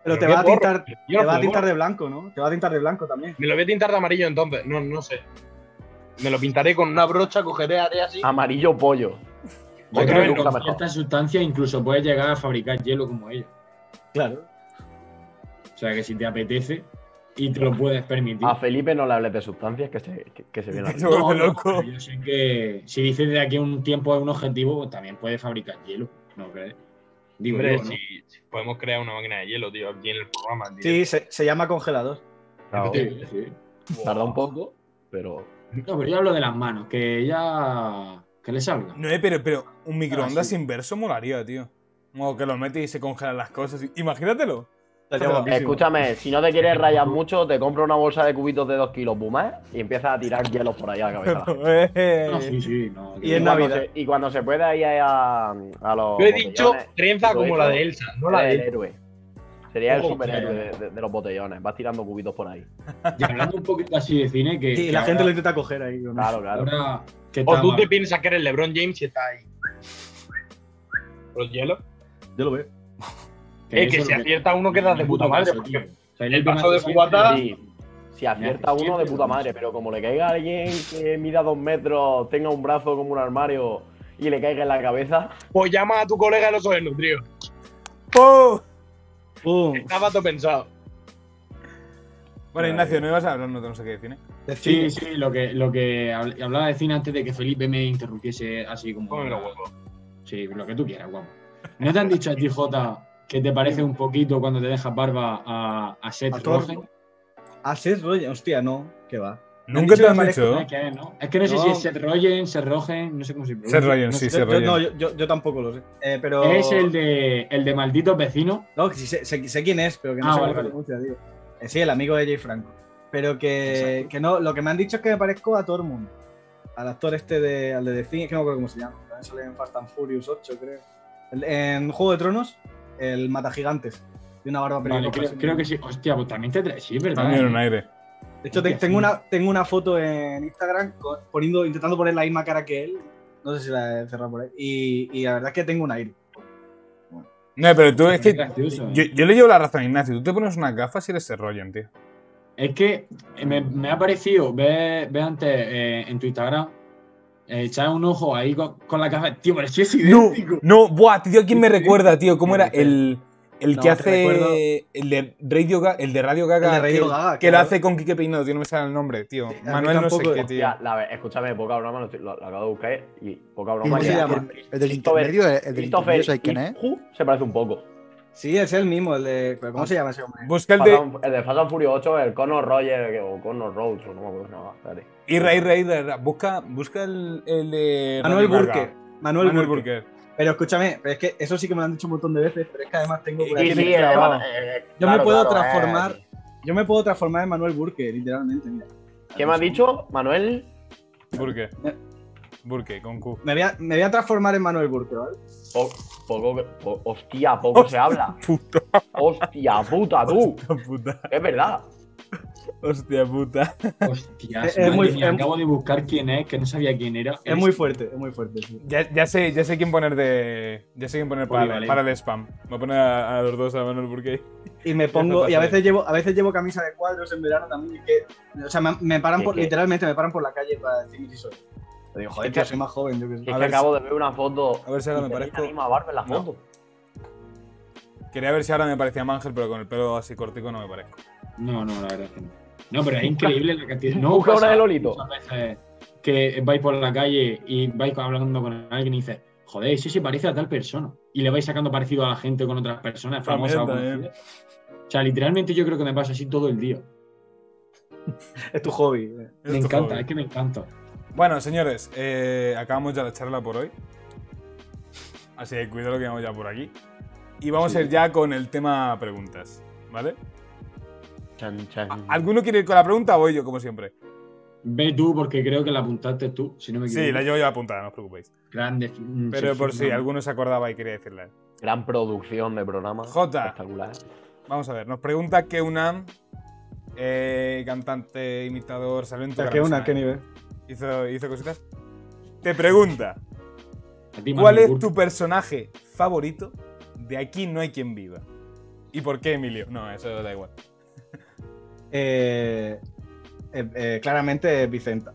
Speaker 6: Pero te
Speaker 4: ¿Qué
Speaker 6: va a
Speaker 4: porro?
Speaker 6: tintar,
Speaker 4: Yo
Speaker 6: te
Speaker 4: no
Speaker 6: va a
Speaker 4: fumo.
Speaker 6: tintar de blanco, ¿no? Te va a tintar de blanco también.
Speaker 4: Me lo voy a tintar de amarillo entonces. No, no sé. Me lo pintaré con una brocha, cogeré, haré así.
Speaker 6: Ah,
Speaker 2: Amarillo pollo.
Speaker 5: Yo
Speaker 4: Otra vez
Speaker 5: creo que
Speaker 2: nunca
Speaker 5: con
Speaker 2: mejor.
Speaker 5: ciertas sustancias incluso puedes llegar a fabricar hielo como ellos.
Speaker 6: Claro.
Speaker 5: O sea que si te apetece y te lo puedes permitir.
Speaker 2: A Felipe no le hables de sustancias que se, que, que se viene
Speaker 1: Se
Speaker 2: arriba.
Speaker 5: No,
Speaker 1: vuelve
Speaker 5: no,
Speaker 1: loco.
Speaker 5: pero Yo sé que si dices de aquí a un tiempo es un objetivo, pues también puedes fabricar hielo, ¿no crees? Digo,
Speaker 4: Hombre,
Speaker 5: yo, ¿no?
Speaker 4: si, si podemos crear una máquina de hielo, tío, aquí en el programa. tío.
Speaker 6: Sí, se, se llama congelador.
Speaker 2: Claro,
Speaker 5: Sí, sí.
Speaker 2: tarda un poco, pero.
Speaker 5: No, pero yo hablo de las manos, que ya. que le salga.
Speaker 1: No, eh, pero, pero un microondas
Speaker 5: Ah, sí.
Speaker 1: inverso molaría, tío. Como que lo metes y se congelan las cosas. Imagínatelo.
Speaker 6: Estaría
Speaker 1: Pero,
Speaker 6: guapísimo.
Speaker 2: Escúchame, si no te quieres rayar mucho, te compro una bolsa de cubitos de 2 kilos Bumás y empiezas a tirar hielos por ahí a la cabeza.
Speaker 5: No, sí,
Speaker 1: Eh,
Speaker 5: sí, no.
Speaker 6: Y
Speaker 5: que-
Speaker 6: en
Speaker 2: cuando
Speaker 6: Navidad.
Speaker 2: se- y cuando se pueda ir a, a los.
Speaker 4: Yo he
Speaker 2: botellones,
Speaker 4: dicho ¿eh? trenza
Speaker 2: lo he Eh,
Speaker 4: como la
Speaker 2: hecho.
Speaker 4: de Elsa, no la de
Speaker 2: el
Speaker 4: Elsa.
Speaker 2: héroe. Sería el
Speaker 5: Ojo,
Speaker 2: superhéroe de,
Speaker 5: claro.
Speaker 2: de- de los botellones. Vas tirando cubitos por ahí.
Speaker 5: Y hablando un poquito así de cine, que.
Speaker 6: Sí,
Speaker 5: que
Speaker 6: la gente lo
Speaker 5: ahora-
Speaker 6: intenta coger ahí. con
Speaker 2: Claro, claro.
Speaker 5: ahora que
Speaker 4: O
Speaker 5: está
Speaker 4: tú te eh,
Speaker 5: mal.
Speaker 4: piensas que eres LeBron James y está ahí. Los hielos.
Speaker 6: eso. Yo lo veo.
Speaker 5: Que
Speaker 4: es que
Speaker 5: eso
Speaker 4: si
Speaker 5: lo
Speaker 4: acierta uno quedas de puta madre.
Speaker 5: Eso,
Speaker 4: porque
Speaker 5: tío. O sea, en
Speaker 4: el
Speaker 5: primer
Speaker 4: vaso de
Speaker 5: desafío-
Speaker 4: cubata-
Speaker 2: Sí, si acierta
Speaker 5: Me hace
Speaker 2: uno de
Speaker 5: siempre
Speaker 2: puta
Speaker 5: lo
Speaker 2: madre,
Speaker 5: mismo.
Speaker 2: pero como le caiga a alguien que mida dos metros, tenga un brazo como un armario y le caiga en la cabeza,
Speaker 4: Pues llama a tu colega los ojos tío.
Speaker 1: ¡pum!
Speaker 6: ¡Pum!
Speaker 4: Estaba todo pensado.
Speaker 1: Bueno, Ignacio, no ibas a hablar, no, no sé qué decir. ¿eh?
Speaker 6: De
Speaker 5: Sí,
Speaker 6: cine.
Speaker 5: sí, lo que, lo que habl- hablaba de cine antes de que Felipe me interrumpiese así como.
Speaker 4: Pónmelo huevo.
Speaker 5: Sí, lo que tú quieras, guapo. ¿No te han dicho a ti, Jota, que te parece un poquito cuando te dejas barba a, a Seth
Speaker 6: A Thor.
Speaker 5: Rogen?
Speaker 6: A Seth Rogen, hostia, no, que va.
Speaker 5: Me han
Speaker 1: Nunca
Speaker 5: dicho
Speaker 1: te
Speaker 5: que
Speaker 1: han
Speaker 5: parece-
Speaker 1: dicho.
Speaker 5: ¿sabes qué es, no? Es que no sé
Speaker 6: No.
Speaker 5: si es Seth Rogen, Seth Rogen, no sé cómo se pronuncia.
Speaker 1: Seth Rogen, sí,
Speaker 6: Yo,
Speaker 1: Seth
Speaker 6: yo-
Speaker 1: Rogen.
Speaker 6: no, yo, yo- yo tampoco lo sé. Eh, pero.
Speaker 5: Es el de, el de Malditos Vecinos.
Speaker 6: No, que sí sé, sé- sé quién es, pero que no
Speaker 5: Ah,
Speaker 6: sé
Speaker 5: vale,
Speaker 6: cómo se
Speaker 5: vale.
Speaker 6: pronuncia, tío. Eh, sí, el amigo de Jay Franco. Pero que, que no, lo que me han dicho es que me parezco a Tormund. Al actor este de. Al de The Thing, que no me acuerdo cómo se llama. También sale en Fast and Furious 8, creo. El- en Juego de Tronos, el Mata Gigantes. De una barba
Speaker 5: Vale,
Speaker 6: pelirroja,
Speaker 5: creo,
Speaker 6: así.
Speaker 5: creo que sí. Hostia, pues también te traes. Sí, es ¿verdad? ¿eh?
Speaker 1: También un aire.
Speaker 6: De hecho, te-
Speaker 5: Hostia,
Speaker 6: tengo,
Speaker 5: sí.
Speaker 6: una, tengo una foto en Instagram co- poniendo, intentando poner la misma cara que él. No sé si la he cerrado por ahí. Y, y la verdad es que tengo un aire.
Speaker 1: No, pero tú es
Speaker 5: Qué
Speaker 1: que.
Speaker 5: gracioso, ¿eh?
Speaker 1: Yo, yo le llevo la razón a Ignacio. Tú te pones unas gafas y eres Seth Rogen, tío.
Speaker 5: Es que eh, me, me ha parecido, ve, ve antes eh, en tu Instagram, eh, echar un ojo ahí con, con la cabeza. Tío, pero si es
Speaker 1: No,
Speaker 5: idéntico.
Speaker 1: no, buah, tío, ¿quién me recuerda, tío? ¿Cómo
Speaker 5: Sí,
Speaker 1: era?
Speaker 5: sí.
Speaker 1: El, el
Speaker 6: No,
Speaker 1: que
Speaker 6: te recuerdo.
Speaker 1: hace. El de Radio Gaga. El de Radio Gaga.
Speaker 6: El de Radio
Speaker 1: que,
Speaker 6: Gaga,
Speaker 1: que lo
Speaker 6: claro.
Speaker 1: hace con Quique Peinado, tío. No me sale el nombre, tío.
Speaker 6: Sí, a mí
Speaker 1: Manuel no sé
Speaker 6: tampoco.
Speaker 1: qué, tío.
Speaker 2: Hostia, la ver- escúchame, poca broma, lo, estoy- lo- lo acabo de buscar y poca broma.
Speaker 6: ¿Cómo
Speaker 3: El
Speaker 2: que
Speaker 6: se
Speaker 3: del-
Speaker 2: a-
Speaker 6: llama?
Speaker 3: El, el del
Speaker 2: Christopher-
Speaker 3: intermedio, el, el del
Speaker 2: Christopher
Speaker 3: intermedio, ¿sabes quién es?
Speaker 2: Yu se parece un poco.
Speaker 6: Sí, es el mismo, el de. ¿pero
Speaker 1: Ah.
Speaker 6: ¿Cómo se llama ese hombre?
Speaker 1: Busca el
Speaker 2: Fast
Speaker 1: de.
Speaker 2: and- el de Fast and Furious 8, el Conor Roger que- o Conor Rhodes, o no me acuerdo nada. Espérate.
Speaker 1: Irra, irra, irra, irra. Busca, busca el, el de.
Speaker 6: Manuel
Speaker 1: Radio
Speaker 6: Burke.
Speaker 1: Gaga.
Speaker 6: Manuel,
Speaker 1: Manuel
Speaker 6: Burke.
Speaker 1: Burke.
Speaker 6: Pero escúchame, pero es que eso sí que me lo han dicho un montón de veces, pero es que además tengo por aquí
Speaker 2: Sí, sí,
Speaker 6: mezclado.
Speaker 2: además, eh, eh,
Speaker 6: Yo me
Speaker 2: claro,
Speaker 6: puedo
Speaker 2: claro,
Speaker 6: transformar.
Speaker 2: eh.
Speaker 6: Yo me puedo transformar en Manuel Burke, literalmente, mira.
Speaker 2: ¿Qué me has dicho, Manuel?
Speaker 1: Burke.
Speaker 6: Eh.
Speaker 1: Burke, con Q.
Speaker 6: Me voy, a, me voy a transformar en Manuel Burke, ¿vale?
Speaker 2: Po- poco, que- po- hostia, poco se habla.
Speaker 1: Puta,
Speaker 2: Hostia puta, tú.
Speaker 1: puta.
Speaker 2: Es verdad.
Speaker 1: Hostia puta.
Speaker 5: Hostias,
Speaker 6: Es- es
Speaker 5: madre
Speaker 6: muy-
Speaker 5: mía,
Speaker 6: es-
Speaker 5: acabo de buscar quién es, que no sabía quién era.
Speaker 6: Es muy fuerte, es muy fuerte. sí.
Speaker 1: Ya, ya sé, ya sé quién poner de. Ya sé quién poner para,
Speaker 5: Vale.
Speaker 1: para el spam. Voy a poner a, a los dos a Manuel Burke.
Speaker 6: Y me pongo.
Speaker 1: Eso
Speaker 6: Y a
Speaker 1: pasa.
Speaker 6: veces llevo, a veces llevo camisa de cuadros en verano también. y que, o sea, me, me paran
Speaker 2: Es
Speaker 6: por.
Speaker 2: que-
Speaker 6: Literalmente me paran por la calle para decirme si soy. Yo digo, joder,
Speaker 2: Es que-
Speaker 6: tío, soy más joven, yo qué
Speaker 2: Es
Speaker 6: sé.
Speaker 2: que
Speaker 1: A ver si-
Speaker 2: acabo de ver una foto.
Speaker 1: a ver si ahora
Speaker 2: y
Speaker 1: me
Speaker 2: tenía
Speaker 1: parezco-
Speaker 2: La misma barba en la
Speaker 1: No.
Speaker 2: foto.
Speaker 1: Quería ver si ahora me parecía Mangel, pero con el pelo así cortico no me parezco.
Speaker 5: No, no, la verdad es que no. No, pero es increíble la cantidad. No,
Speaker 2: Busca
Speaker 5: pasa
Speaker 2: una de Lolito.
Speaker 5: muchas veces que vais por la calle y vais hablando con alguien y dices, joder, ese se parece a tal persona. Y le vais sacando parecido a la gente con otras personas
Speaker 1: También,
Speaker 5: famosas o
Speaker 1: también.
Speaker 5: conocidas. O sea, literalmente yo creo que me pasa así todo el día.
Speaker 6: Es tu hobby. eh.
Speaker 1: Es
Speaker 5: me
Speaker 1: tu
Speaker 5: encanta,
Speaker 1: hobby.
Speaker 5: es que me encanta.
Speaker 1: Bueno, señores, eh, acabamos ya la charla por hoy. Así que cuidado que vamos ya por aquí. Y vamos
Speaker 5: Sí.
Speaker 1: a ir ya con el tema preguntas, ¿vale?
Speaker 2: Chan, chan.
Speaker 1: ¿A- ¿Alguno quiere ir con la pregunta o voy yo, como siempre?
Speaker 5: Ve tú, porque creo que la apuntaste tú, si no me equivoco.
Speaker 1: Sí, la llevo yo apuntada, no os preocupéis.
Speaker 5: Grande. mm,
Speaker 1: Pero
Speaker 5: Sergio
Speaker 1: por si
Speaker 5: Ramos.
Speaker 1: alguno se acordaba y quería decirla.
Speaker 2: Gran producción de programa.
Speaker 1: Jota.
Speaker 2: Espectacular.
Speaker 1: Vamos a ver, nos pregunta que UNAM, eh, cantante, imitador, salió en tu
Speaker 6: Es
Speaker 1: cara
Speaker 6: que una,
Speaker 1: personal.
Speaker 6: qué nivel.
Speaker 1: hizo, hizo cositas. Te pregunta,
Speaker 5: A ti,
Speaker 1: ¿cuál
Speaker 5: Manuel
Speaker 1: es
Speaker 5: Burke.
Speaker 1: tu personaje favorito de Aquí no hay quien viva? ¿Y por qué Emilio? No, eso da igual.
Speaker 6: Eh, eh, eh, claramente es Vicenta.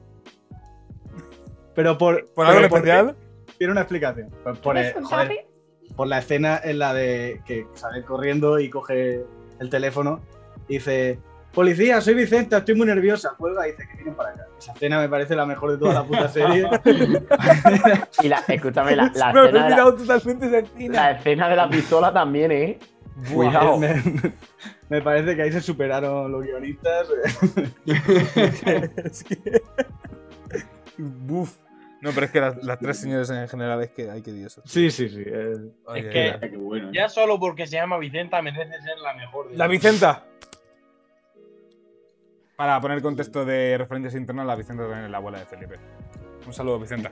Speaker 6: Pero por,
Speaker 1: ¿Por algo en
Speaker 6: pero porque
Speaker 1: especial?
Speaker 6: Tiene una explicación. Por, por, eh, joder, por la escena en la de que sale corriendo y coge el teléfono y dice: Policía, soy Vicenta, estoy muy nerviosa. Cuelga y dice que vienen para acá. Esa escena me parece la mejor de toda la puta serie.
Speaker 2: Y la, escúchame, la,
Speaker 1: Me
Speaker 2: la
Speaker 1: lo he
Speaker 2: escena de la,
Speaker 1: olvidado totalmente esa escena.
Speaker 2: la escena de la pistola también, ¿eh?
Speaker 1: Buah.
Speaker 2: Cuidado.
Speaker 6: me, me parece que ahí se superaron los guionistas.
Speaker 1: Es que... Buf. No, pero es que las, las tres señores en general es que hay que dioses.
Speaker 6: Sí, sí, sí. eh,
Speaker 1: Ay,
Speaker 4: Es
Speaker 1: ay,
Speaker 4: que-
Speaker 1: ay.
Speaker 5: Qué bueno, ¿eh?
Speaker 4: Ya solo porque se llama Vicenta merece ser la mejor. de
Speaker 1: La
Speaker 4: todas.
Speaker 1: Vicenta. Para poner contexto de referencias internas, la Vicenta también es la abuela de Felipe. Un saludo, Vicenta.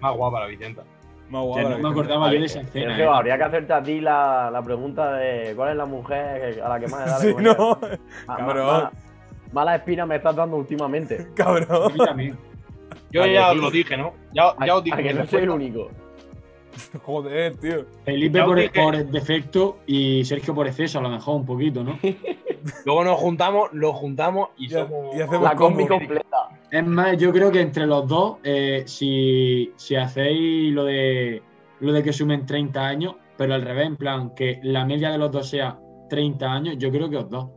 Speaker 4: Más guapa la Vicenta.
Speaker 1: Más
Speaker 5: Que
Speaker 1: guapa la
Speaker 5: no me
Speaker 1: Vicenta.
Speaker 5: acordaba yo de esa
Speaker 2: Sergio,
Speaker 5: escena. ¿eh?
Speaker 2: habría que hacerte a ti la, la pregunta de cuál es la mujer a la que más le da
Speaker 1: Sí, no. cabrón.
Speaker 2: mala, mala espina me estás dando últimamente.
Speaker 5: A
Speaker 1: Cabrón.
Speaker 5: mí también.
Speaker 4: Yo
Speaker 2: Vale,
Speaker 4: ya
Speaker 2: sí.
Speaker 4: os lo dije, ¿no? Ya,
Speaker 2: A,
Speaker 4: ya os
Speaker 2: a
Speaker 4: dije.
Speaker 2: que
Speaker 4: mi
Speaker 2: no soy el
Speaker 4: respuesta.
Speaker 2: único.
Speaker 1: Joder, tío.
Speaker 5: Felipe
Speaker 4: Ya os
Speaker 5: por,
Speaker 4: dije.
Speaker 5: por defecto y Sergio por exceso, a lo mejor un poquito, ¿no?
Speaker 4: Luego nos juntamos, lo juntamos y
Speaker 1: Ya-
Speaker 4: somos.
Speaker 1: y hacemos-
Speaker 2: La combi
Speaker 1: ¿Cómo?
Speaker 2: completa.
Speaker 5: Es más, yo creo que entre los dos, eh, si, si hacéis lo de, lo de que sumen 30 años, pero al revés, en plan, que la media de los dos sea 30 años, yo creo que os dos.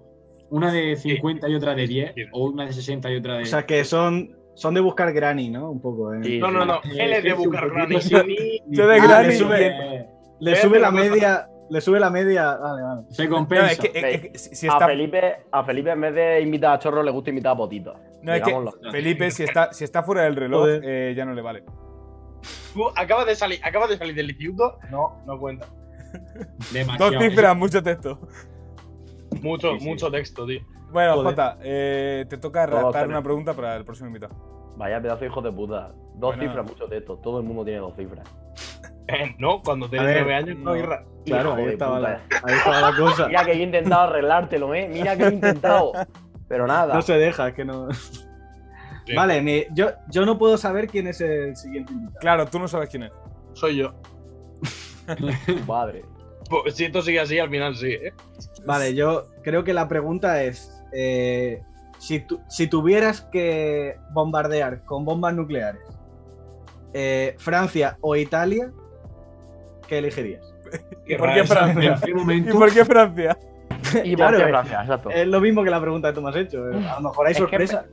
Speaker 5: una de 50 y otra de 10,
Speaker 4: Sí.
Speaker 5: o una de 60 y otra de.
Speaker 6: O sea que son, son de buscar granny, ¿no? Un poco, ¿eh?
Speaker 2: Sí,
Speaker 4: No,
Speaker 2: sí.
Speaker 4: no, no. Él es de Bucarrani.
Speaker 1: Yo de
Speaker 5: Ah,
Speaker 1: Granny,
Speaker 5: le sube,
Speaker 1: bien.
Speaker 5: eh,
Speaker 6: Le
Speaker 4: Pero
Speaker 6: sube la
Speaker 4: no-
Speaker 6: media. Le sube la media. Vale, vale.
Speaker 5: Se
Speaker 1: No,
Speaker 5: compensa.
Speaker 1: es que, es que si si
Speaker 2: A
Speaker 1: está.
Speaker 2: Felipe, a Felipe, en vez de invitar a Chorro, le gusta invitar a Potito.
Speaker 1: No, es que
Speaker 2: Digámoslo.
Speaker 1: Felipe, si está, si está fuera del reloj,
Speaker 6: Joder.
Speaker 1: eh, ya no le vale.
Speaker 4: Tú acabas de salir, acabas de salir del instituto. No, no cuenta.
Speaker 1: Dos
Speaker 5: Demasiado.
Speaker 1: cifras, mucho texto.
Speaker 4: Mucho,
Speaker 5: Sí, sí.
Speaker 4: mucho texto, tío.
Speaker 1: Bueno,
Speaker 6: Joder.
Speaker 1: Jota, eh, te toca
Speaker 2: Todos
Speaker 1: redactar
Speaker 2: tenemos.
Speaker 1: una pregunta para el próximo invitado.
Speaker 2: Vaya pedazo de hijo de puta. Dos
Speaker 1: Bueno.
Speaker 2: cifras, mucho texto. Todo el mundo tiene dos cifras.
Speaker 4: Eh, no, cuando
Speaker 6: A
Speaker 4: tenés
Speaker 6: ver,
Speaker 4: nueve años, no,
Speaker 1: no.
Speaker 4: Irra.
Speaker 6: Claro,
Speaker 2: Hijo
Speaker 6: ahí
Speaker 2: de
Speaker 6: estaba,
Speaker 2: puta.
Speaker 6: la, ahí estaba la cosa.
Speaker 2: Mira que yo he intentado arreglártelo, ¿eh? Mira que he intentado. Pero nada.
Speaker 6: No se deja, es que no.
Speaker 4: Sí.
Speaker 6: Vale, mi- yo, yo no puedo saber quién es el siguiente invitado.
Speaker 1: Claro, tú no sabes quién es.
Speaker 4: Soy yo.
Speaker 2: Padre.
Speaker 4: Pues, si esto sigue así, al final sí, ¿eh?
Speaker 6: Vale, yo creo que la pregunta es: eh, si, tu- si tuvieras que bombardear con bombas nucleares eh, Francia o Italia, ¿qué elegirías?
Speaker 1: ¿Y por qué Francia?
Speaker 5: ¿En qué
Speaker 1: ¿Y
Speaker 5: momento?
Speaker 1: por qué Francia?
Speaker 2: Y por
Speaker 6: Claro,
Speaker 2: qué
Speaker 6: eh.
Speaker 2: Francia, exacto.
Speaker 6: Es lo mismo que la pregunta que tú me has hecho. eh. A lo mejor hay
Speaker 2: Es que-
Speaker 6: sorpresa.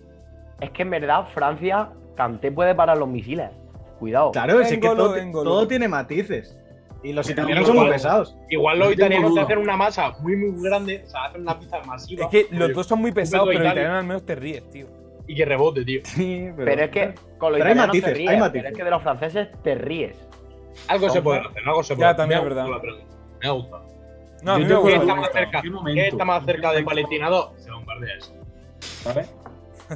Speaker 2: Es que en verdad, Francia, Kanté puede parar los misiles. Cuidado.
Speaker 6: Claro, es que
Speaker 1: Engolo,
Speaker 6: todo, ti-
Speaker 1: engolo.
Speaker 6: todo tiene matices. Y los
Speaker 5: Pero
Speaker 6: italianos son muy
Speaker 4: igual-
Speaker 6: pesados.
Speaker 4: Igual los
Speaker 5: No tengo
Speaker 4: italianos te
Speaker 5: duda.
Speaker 4: hacen una masa muy, muy grande. O sea, hacen una pizza masiva.
Speaker 1: Es que los
Speaker 4: tío,
Speaker 1: dos son muy pesados, pero el
Speaker 4: Italia.
Speaker 1: italiano al menos te ríes, tío.
Speaker 4: Y que rebote, tío.
Speaker 6: Sí,
Speaker 2: Pero es que con los
Speaker 6: Pero hay
Speaker 2: italianos te
Speaker 6: matices,
Speaker 2: ríes.
Speaker 6: hay
Speaker 2: Pero
Speaker 6: matices.
Speaker 2: es que de los franceses te ríes.
Speaker 4: Algo se
Speaker 2: Son
Speaker 4: puede
Speaker 2: más-
Speaker 4: hacer, algo se
Speaker 1: Ya,
Speaker 4: puede hacer.
Speaker 1: también
Speaker 4: Me
Speaker 1: es
Speaker 4: gusta
Speaker 1: verdad.
Speaker 4: la pregunta, Me gusta.
Speaker 1: No, a mí
Speaker 5: Yo
Speaker 1: me
Speaker 5: te
Speaker 1: gusta
Speaker 5: puedo-
Speaker 1: cómo
Speaker 4: está más
Speaker 1: está.
Speaker 4: cerca?
Speaker 5: ¿En qué momento?
Speaker 4: ¿Qué está más
Speaker 5: ¿En qué
Speaker 4: cerca de
Speaker 5: momento?
Speaker 4: Palestina 2? Se bombardea eso.
Speaker 5: ¿Sabes?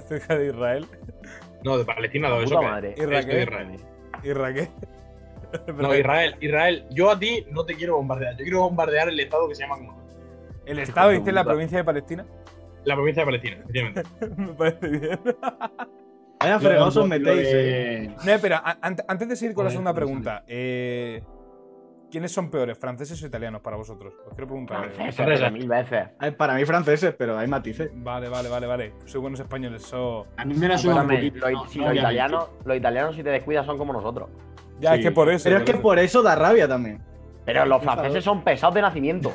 Speaker 1: Cerca de Israel.
Speaker 4: No, de Palestina 2, eso
Speaker 2: Puta
Speaker 4: que-
Speaker 2: madre.
Speaker 1: Y
Speaker 4: Eso de
Speaker 1: Raquel.
Speaker 4: Israel.
Speaker 1: ¿Y Raquel?
Speaker 4: No, Israel, Israel, yo a ti no te quiero bombardear. Yo quiero bombardear el estado que se llama como
Speaker 1: El Estado,
Speaker 2: de
Speaker 1: dice la
Speaker 2: puta.
Speaker 1: provincia de Palestina.
Speaker 4: la provincia de Palestina, efectivamente.
Speaker 1: me parece bien.
Speaker 6: Vaya
Speaker 5: Lo de-
Speaker 6: fregados os
Speaker 5: lo
Speaker 6: metéis. eh.
Speaker 5: de-
Speaker 1: No, espera, a- ant- antes de seguir con la
Speaker 5: Joder,
Speaker 1: segunda
Speaker 5: no sale.
Speaker 1: pregunta, eh, ¿quiénes son peores, franceses o italianos para vosotros? Os quiero preguntar. eh.
Speaker 2: Franceses, pero mil veces.
Speaker 6: Ay, Para mí franceses, pero hay matices.
Speaker 1: Vale, vale, vale, vale. Soy buenos españoles, so...
Speaker 5: A mí me la suda un
Speaker 2: Escúchame,
Speaker 5: poquito.
Speaker 2: los,
Speaker 5: no,
Speaker 2: si
Speaker 5: no
Speaker 2: los
Speaker 5: voy a mentir.
Speaker 2: italianos, los italianos, si te descuidas, son como nosotros.
Speaker 1: Ya, es
Speaker 5: Sí.
Speaker 1: que por eso.
Speaker 6: Pero es
Speaker 1: por
Speaker 6: que
Speaker 1: eso.
Speaker 6: por eso da rabia también.
Speaker 2: Pero los franceses son pesados de nacimiento.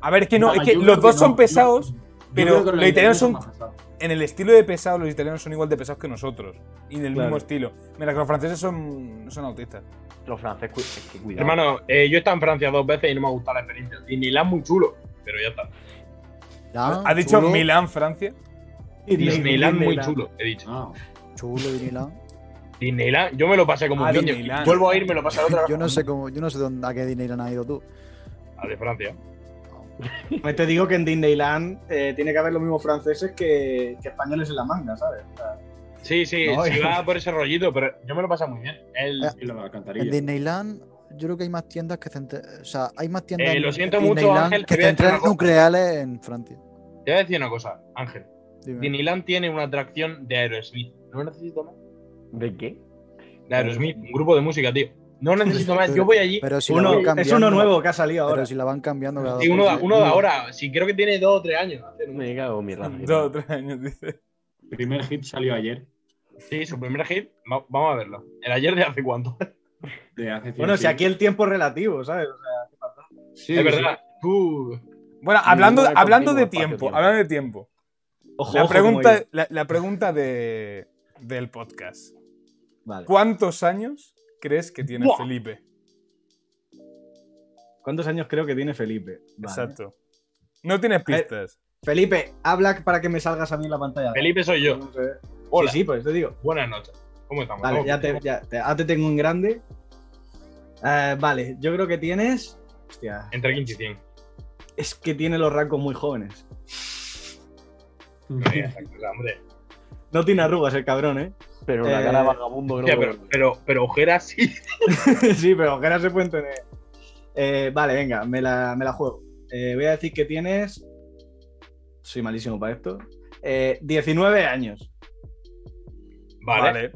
Speaker 1: A ver, es que no,
Speaker 5: No,
Speaker 1: es que
Speaker 5: yo
Speaker 1: los
Speaker 5: creo que
Speaker 1: dos
Speaker 5: no.
Speaker 1: son
Speaker 5: Yo-
Speaker 1: pesados.
Speaker 5: yo
Speaker 1: pero
Speaker 5: creo que
Speaker 1: los italianos son-
Speaker 5: más pesados.
Speaker 1: En el estilo de pesado, los italianos son igual de pesados que nosotros. Y del
Speaker 6: Claro.
Speaker 1: mismo estilo. Mientras que los franceses son, son autistas.
Speaker 2: Los franceses, cu- es que cuidado.
Speaker 4: Hermano, eh, yo he estado en Francia dos veces y no me ha gustado la experiencia. Y Milán muy chulo, pero ya está.
Speaker 6: Ah,
Speaker 1: ¿Ha dicho
Speaker 3: chulo,
Speaker 1: Milán, Francia?
Speaker 4: Disneyland muy chulo, he dicho.
Speaker 5: Ah,
Speaker 3: Chulo, Disneyland.
Speaker 4: Disneyland, yo me lo pasé como
Speaker 1: Ah,
Speaker 4: un niño.
Speaker 1: Disneyland.
Speaker 4: Y Vuelvo a ir, me lo pasé otra vez.
Speaker 3: Yo no sé cómo, yo no sé dónde, a qué Disneyland has ido tú.
Speaker 4: Ah, de Francia.
Speaker 6: Me te digo que en Disneyland eh, tiene que haber los mismos franceses que, que españoles en la manga, ¿sabes? O sea,
Speaker 4: Sí, sí,
Speaker 6: No,
Speaker 4: sí
Speaker 6: yo-
Speaker 4: va por ese rollito, pero yo me lo pasé muy bien. El,
Speaker 3: Eh,
Speaker 5: y los
Speaker 3: En
Speaker 5: alcantarillas.
Speaker 3: Disneyland, yo creo que hay más tiendas que centra- O sea, hay más tiendas
Speaker 4: Eh,
Speaker 3: en
Speaker 4: lo siento mucho,
Speaker 3: Disneyland
Speaker 4: Ángel, te
Speaker 3: que
Speaker 4: voy a decir
Speaker 3: centrales
Speaker 4: una cosa.
Speaker 3: nucleares en Francia.
Speaker 4: Te voy a decir una cosa, Ángel.
Speaker 3: Dime.
Speaker 4: Disneyland tiene una atracción de Aerosmith. No necesito más.
Speaker 2: ¿De qué?
Speaker 4: De Aerosmith, un grupo de música, tío. No necesito más. Yo voy allí.
Speaker 3: Pero si
Speaker 6: uno-
Speaker 3: la van
Speaker 6: es
Speaker 3: cambiando,
Speaker 6: uno nuevo que ha salido ahora.
Speaker 3: Pero si la van cambiando cada
Speaker 4: Sí,
Speaker 3: dos
Speaker 4: uno,
Speaker 3: por
Speaker 4: da-
Speaker 3: tres.
Speaker 4: uno de ahora. Sí, creo que tiene dos o tres años.
Speaker 2: Me cago en mi raza.
Speaker 1: Dos o tres años, dice.
Speaker 5: Primer hit salió ayer.
Speaker 4: Sí, su primer hit. va- vamos a verlo. El ayer de hace cuánto.
Speaker 5: De hace
Speaker 6: Bueno,
Speaker 5: cien
Speaker 6: si aquí el tiempo es relativo, ¿sabes? O sea,
Speaker 5: Sí,
Speaker 4: es
Speaker 5: sí.
Speaker 4: verdad. Tú.
Speaker 1: Bueno, hablando,
Speaker 2: luego el
Speaker 1: hablando de
Speaker 2: continuo
Speaker 1: tiempo,
Speaker 2: espacio-tiempo.
Speaker 1: hablando de tiempo.
Speaker 6: ojo,
Speaker 1: La
Speaker 6: ojo, como
Speaker 1: pregunta,
Speaker 6: yo.
Speaker 1: la, la pregunta de, del podcast.
Speaker 6: Vale.
Speaker 1: ¿Cuántos años crees que tiene
Speaker 4: Buah.
Speaker 1: Felipe?
Speaker 6: ¿Cuántos años creo que tiene Felipe? Vale.
Speaker 1: Exacto. No tienes
Speaker 6: ver.
Speaker 1: pistas.
Speaker 6: Felipe, habla para que me salgas a mí en la pantalla.
Speaker 4: Felipe soy yo.
Speaker 6: No sé.
Speaker 4: Hola.
Speaker 6: Sí, sí, pues te digo.
Speaker 4: Buenas noches. ¿Cómo estamos?
Speaker 6: Vale,
Speaker 4: ¿Cómo
Speaker 6: ya te,
Speaker 4: estamos?
Speaker 6: ya te- ahora te tengo un grande. Eh, vale, yo creo que tienes. Hostia,
Speaker 4: Entre 15 y 100.
Speaker 6: es que tiene los rasgos muy jóvenes.
Speaker 4: No me digas esa cosa, hombre.
Speaker 6: No tiene arrugas el cabrón, ¿eh?
Speaker 2: Pero una
Speaker 6: Eh,
Speaker 2: cara de vagabundo que no
Speaker 4: Hostia,
Speaker 2: puedo
Speaker 4: pero,
Speaker 2: creer.
Speaker 4: pero, pero ojeras sí.
Speaker 6: sí, pero ojeras se pueden tener. Eh, vale, venga, me la, me la juego. Eh, voy a decir que tienes. Soy malísimo para esto. Eh, 19 años.
Speaker 4: Vale.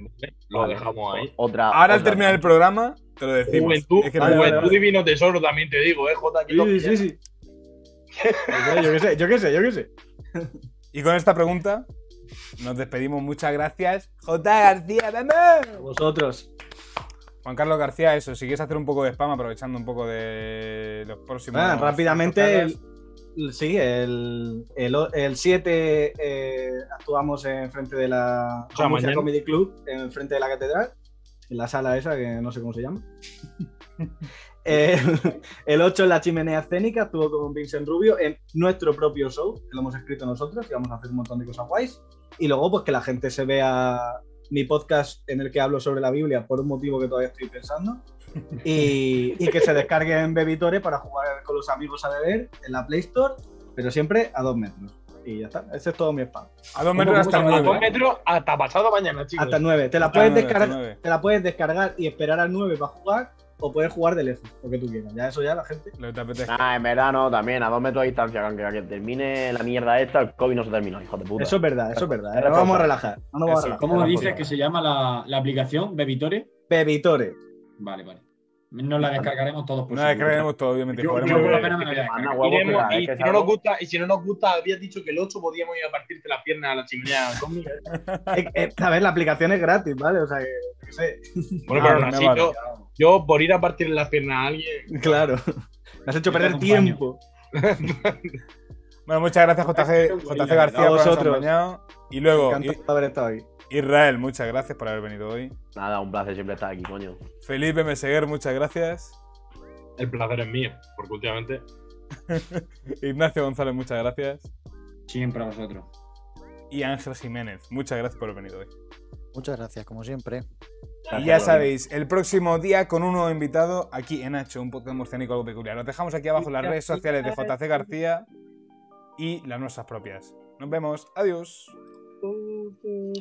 Speaker 4: Lo dejamos ahí.
Speaker 2: Otra.
Speaker 6: Ah,
Speaker 1: Ahora al
Speaker 2: otra.
Speaker 1: terminar el programa, te lo decimos.
Speaker 4: Juventud,
Speaker 1: Es que no-
Speaker 6: vale,
Speaker 4: juventud
Speaker 6: vale, vale.
Speaker 4: divino tesoro también te digo, eh, Jota. que
Speaker 6: Sí,
Speaker 4: lo
Speaker 6: sí, sí.
Speaker 4: pillas.
Speaker 6: sí. yo qué sé, yo qué sé, yo qué sé.
Speaker 1: Y con esta pregunta nos despedimos. Muchas gracias. J. García, ¡vamos!
Speaker 6: Vosotros.
Speaker 1: Juan Carlos García, eso, si quieres hacer un poco de spam aprovechando un poco de los próximos.
Speaker 6: Ah, rápidamente,
Speaker 1: tocadas.
Speaker 6: el- Sí, el, el, o- el 7 eh, actuamos en frente de la
Speaker 4: sea,
Speaker 6: Murcia
Speaker 4: mañana.
Speaker 6: Comedy Club, en frente de la catedral, en la sala esa que no sé cómo se llama. Eh, el 8 en la chimenea escénica, estuvo con Vincent Rubio en nuestro propio show, que lo hemos escrito nosotros y vamos a hacer un montón de cosas guays. Y luego, pues que la gente se vea mi podcast en el que hablo sobre la Biblia por un motivo que todavía estoy pensando. Y, y que se descarguen Bebitore para jugar con los amigos a beber en la Play Store, pero siempre a dos metros. Y ya está, ese es todo mi spam.
Speaker 1: A dos metros
Speaker 5: ¿Cómo
Speaker 1: hasta el
Speaker 5: se llama?
Speaker 4: A dos
Speaker 1: nueve, ¿eh?
Speaker 4: metros hasta pasado mañana, chicos.
Speaker 6: Hasta nueve. Te la,
Speaker 1: pues. Hasta el nueve, hasta el
Speaker 6: puedes descargar,
Speaker 1: nueve.
Speaker 6: te la puedes descargar y esperar al 9 para jugar, o puedes jugar de lejos, lo que tú quieras. Ya eso ya la gente.
Speaker 1: Lo que te
Speaker 6: Ah,
Speaker 1: apetezca.
Speaker 2: Nah, Ah, en verdad no, también a dos metros de distancia, aunque que termine la mierda esta, el COVID no se terminó, hijo de puta.
Speaker 6: Eso es verdad, eso es verdad. ¿eh?
Speaker 2: Era
Speaker 6: No vamos a
Speaker 2: total.
Speaker 6: relajar. No nos
Speaker 1: Eso.
Speaker 6: vamos a relajar.
Speaker 5: ¿Cómo
Speaker 2: Era
Speaker 5: dices
Speaker 2: por-
Speaker 5: que se llama la, la aplicación? ¿Bebitore?
Speaker 6: Bebitore.
Speaker 5: Vale, vale. Nos la descargaremos todos
Speaker 6: pues
Speaker 5: por
Speaker 1: No
Speaker 5: supuesto.
Speaker 1: descargaremos todo, obviamente.
Speaker 5: Yo-
Speaker 1: jugaremos
Speaker 5: yo por lo
Speaker 1: bien.
Speaker 5: menos me la voy a descargar.
Speaker 2: Manda huevos, que
Speaker 4: Iremos,
Speaker 2: cada vez
Speaker 4: y,
Speaker 2: que
Speaker 4: si no nos
Speaker 2: salgo-
Speaker 4: gusta, y si no nos gusta, habías dicho que el 8 podíamos ir a partirte la pierna a la chimenea cómica.
Speaker 6: Eh, eh, a ver, la aplicación es gratis, ¿vale? O sea, que, que sé.
Speaker 4: Bueno,
Speaker 1: Ah,
Speaker 4: pero
Speaker 1: me
Speaker 4: aún así,
Speaker 1: vale.
Speaker 4: yo, yo por ir a partirle la pierna a alguien.
Speaker 6: Claro. Me has hecho
Speaker 5: Yo te
Speaker 6: perder
Speaker 5: acompaño.
Speaker 6: tiempo.
Speaker 1: Bueno, muchas gracias JC,
Speaker 5: Gracias,
Speaker 1: JC García por habernos
Speaker 6: vosotros.
Speaker 1: acompañado. Y
Speaker 6: Me
Speaker 1: luego,
Speaker 6: encanta haber estado aquí.
Speaker 1: I- Israel, muchas gracias por haber venido hoy.
Speaker 2: Nada, un placer siempre estar aquí, coño.
Speaker 1: Felipe Meseguer, muchas gracias.
Speaker 4: El placer es mío, porque últimamente.
Speaker 1: Ignacio González, muchas gracias.
Speaker 5: Siempre a vosotros.
Speaker 1: Y Ángel Jiménez, muchas gracias por haber venido hoy.
Speaker 3: Muchas gracias, como siempre.
Speaker 1: Y
Speaker 2: Gracias,
Speaker 1: ya
Speaker 2: Claudio.
Speaker 1: sabéis, el próximo día con un nuevo invitado aquí en Nacho, un podcast murciánico algo peculiar. Os dejamos aquí abajo las redes sociales de JC García y las nuestras propias. Nos vemos, adiós.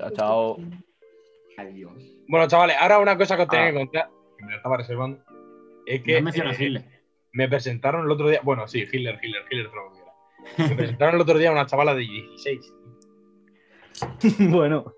Speaker 2: Chao, chao.
Speaker 5: Adiós.
Speaker 4: Bueno, chavales, ahora una cosa que os tenía
Speaker 2: Ah.
Speaker 4: que contar, que me la estaba reservando, es que
Speaker 5: No mencionas
Speaker 4: eh,
Speaker 5: Hitler.
Speaker 4: me presentaron el otro día. Bueno, sí, Hitler, Hitler, Hitler, todo lo que quiera. Me presentaron el otro día una chavala de 16.
Speaker 6: bueno,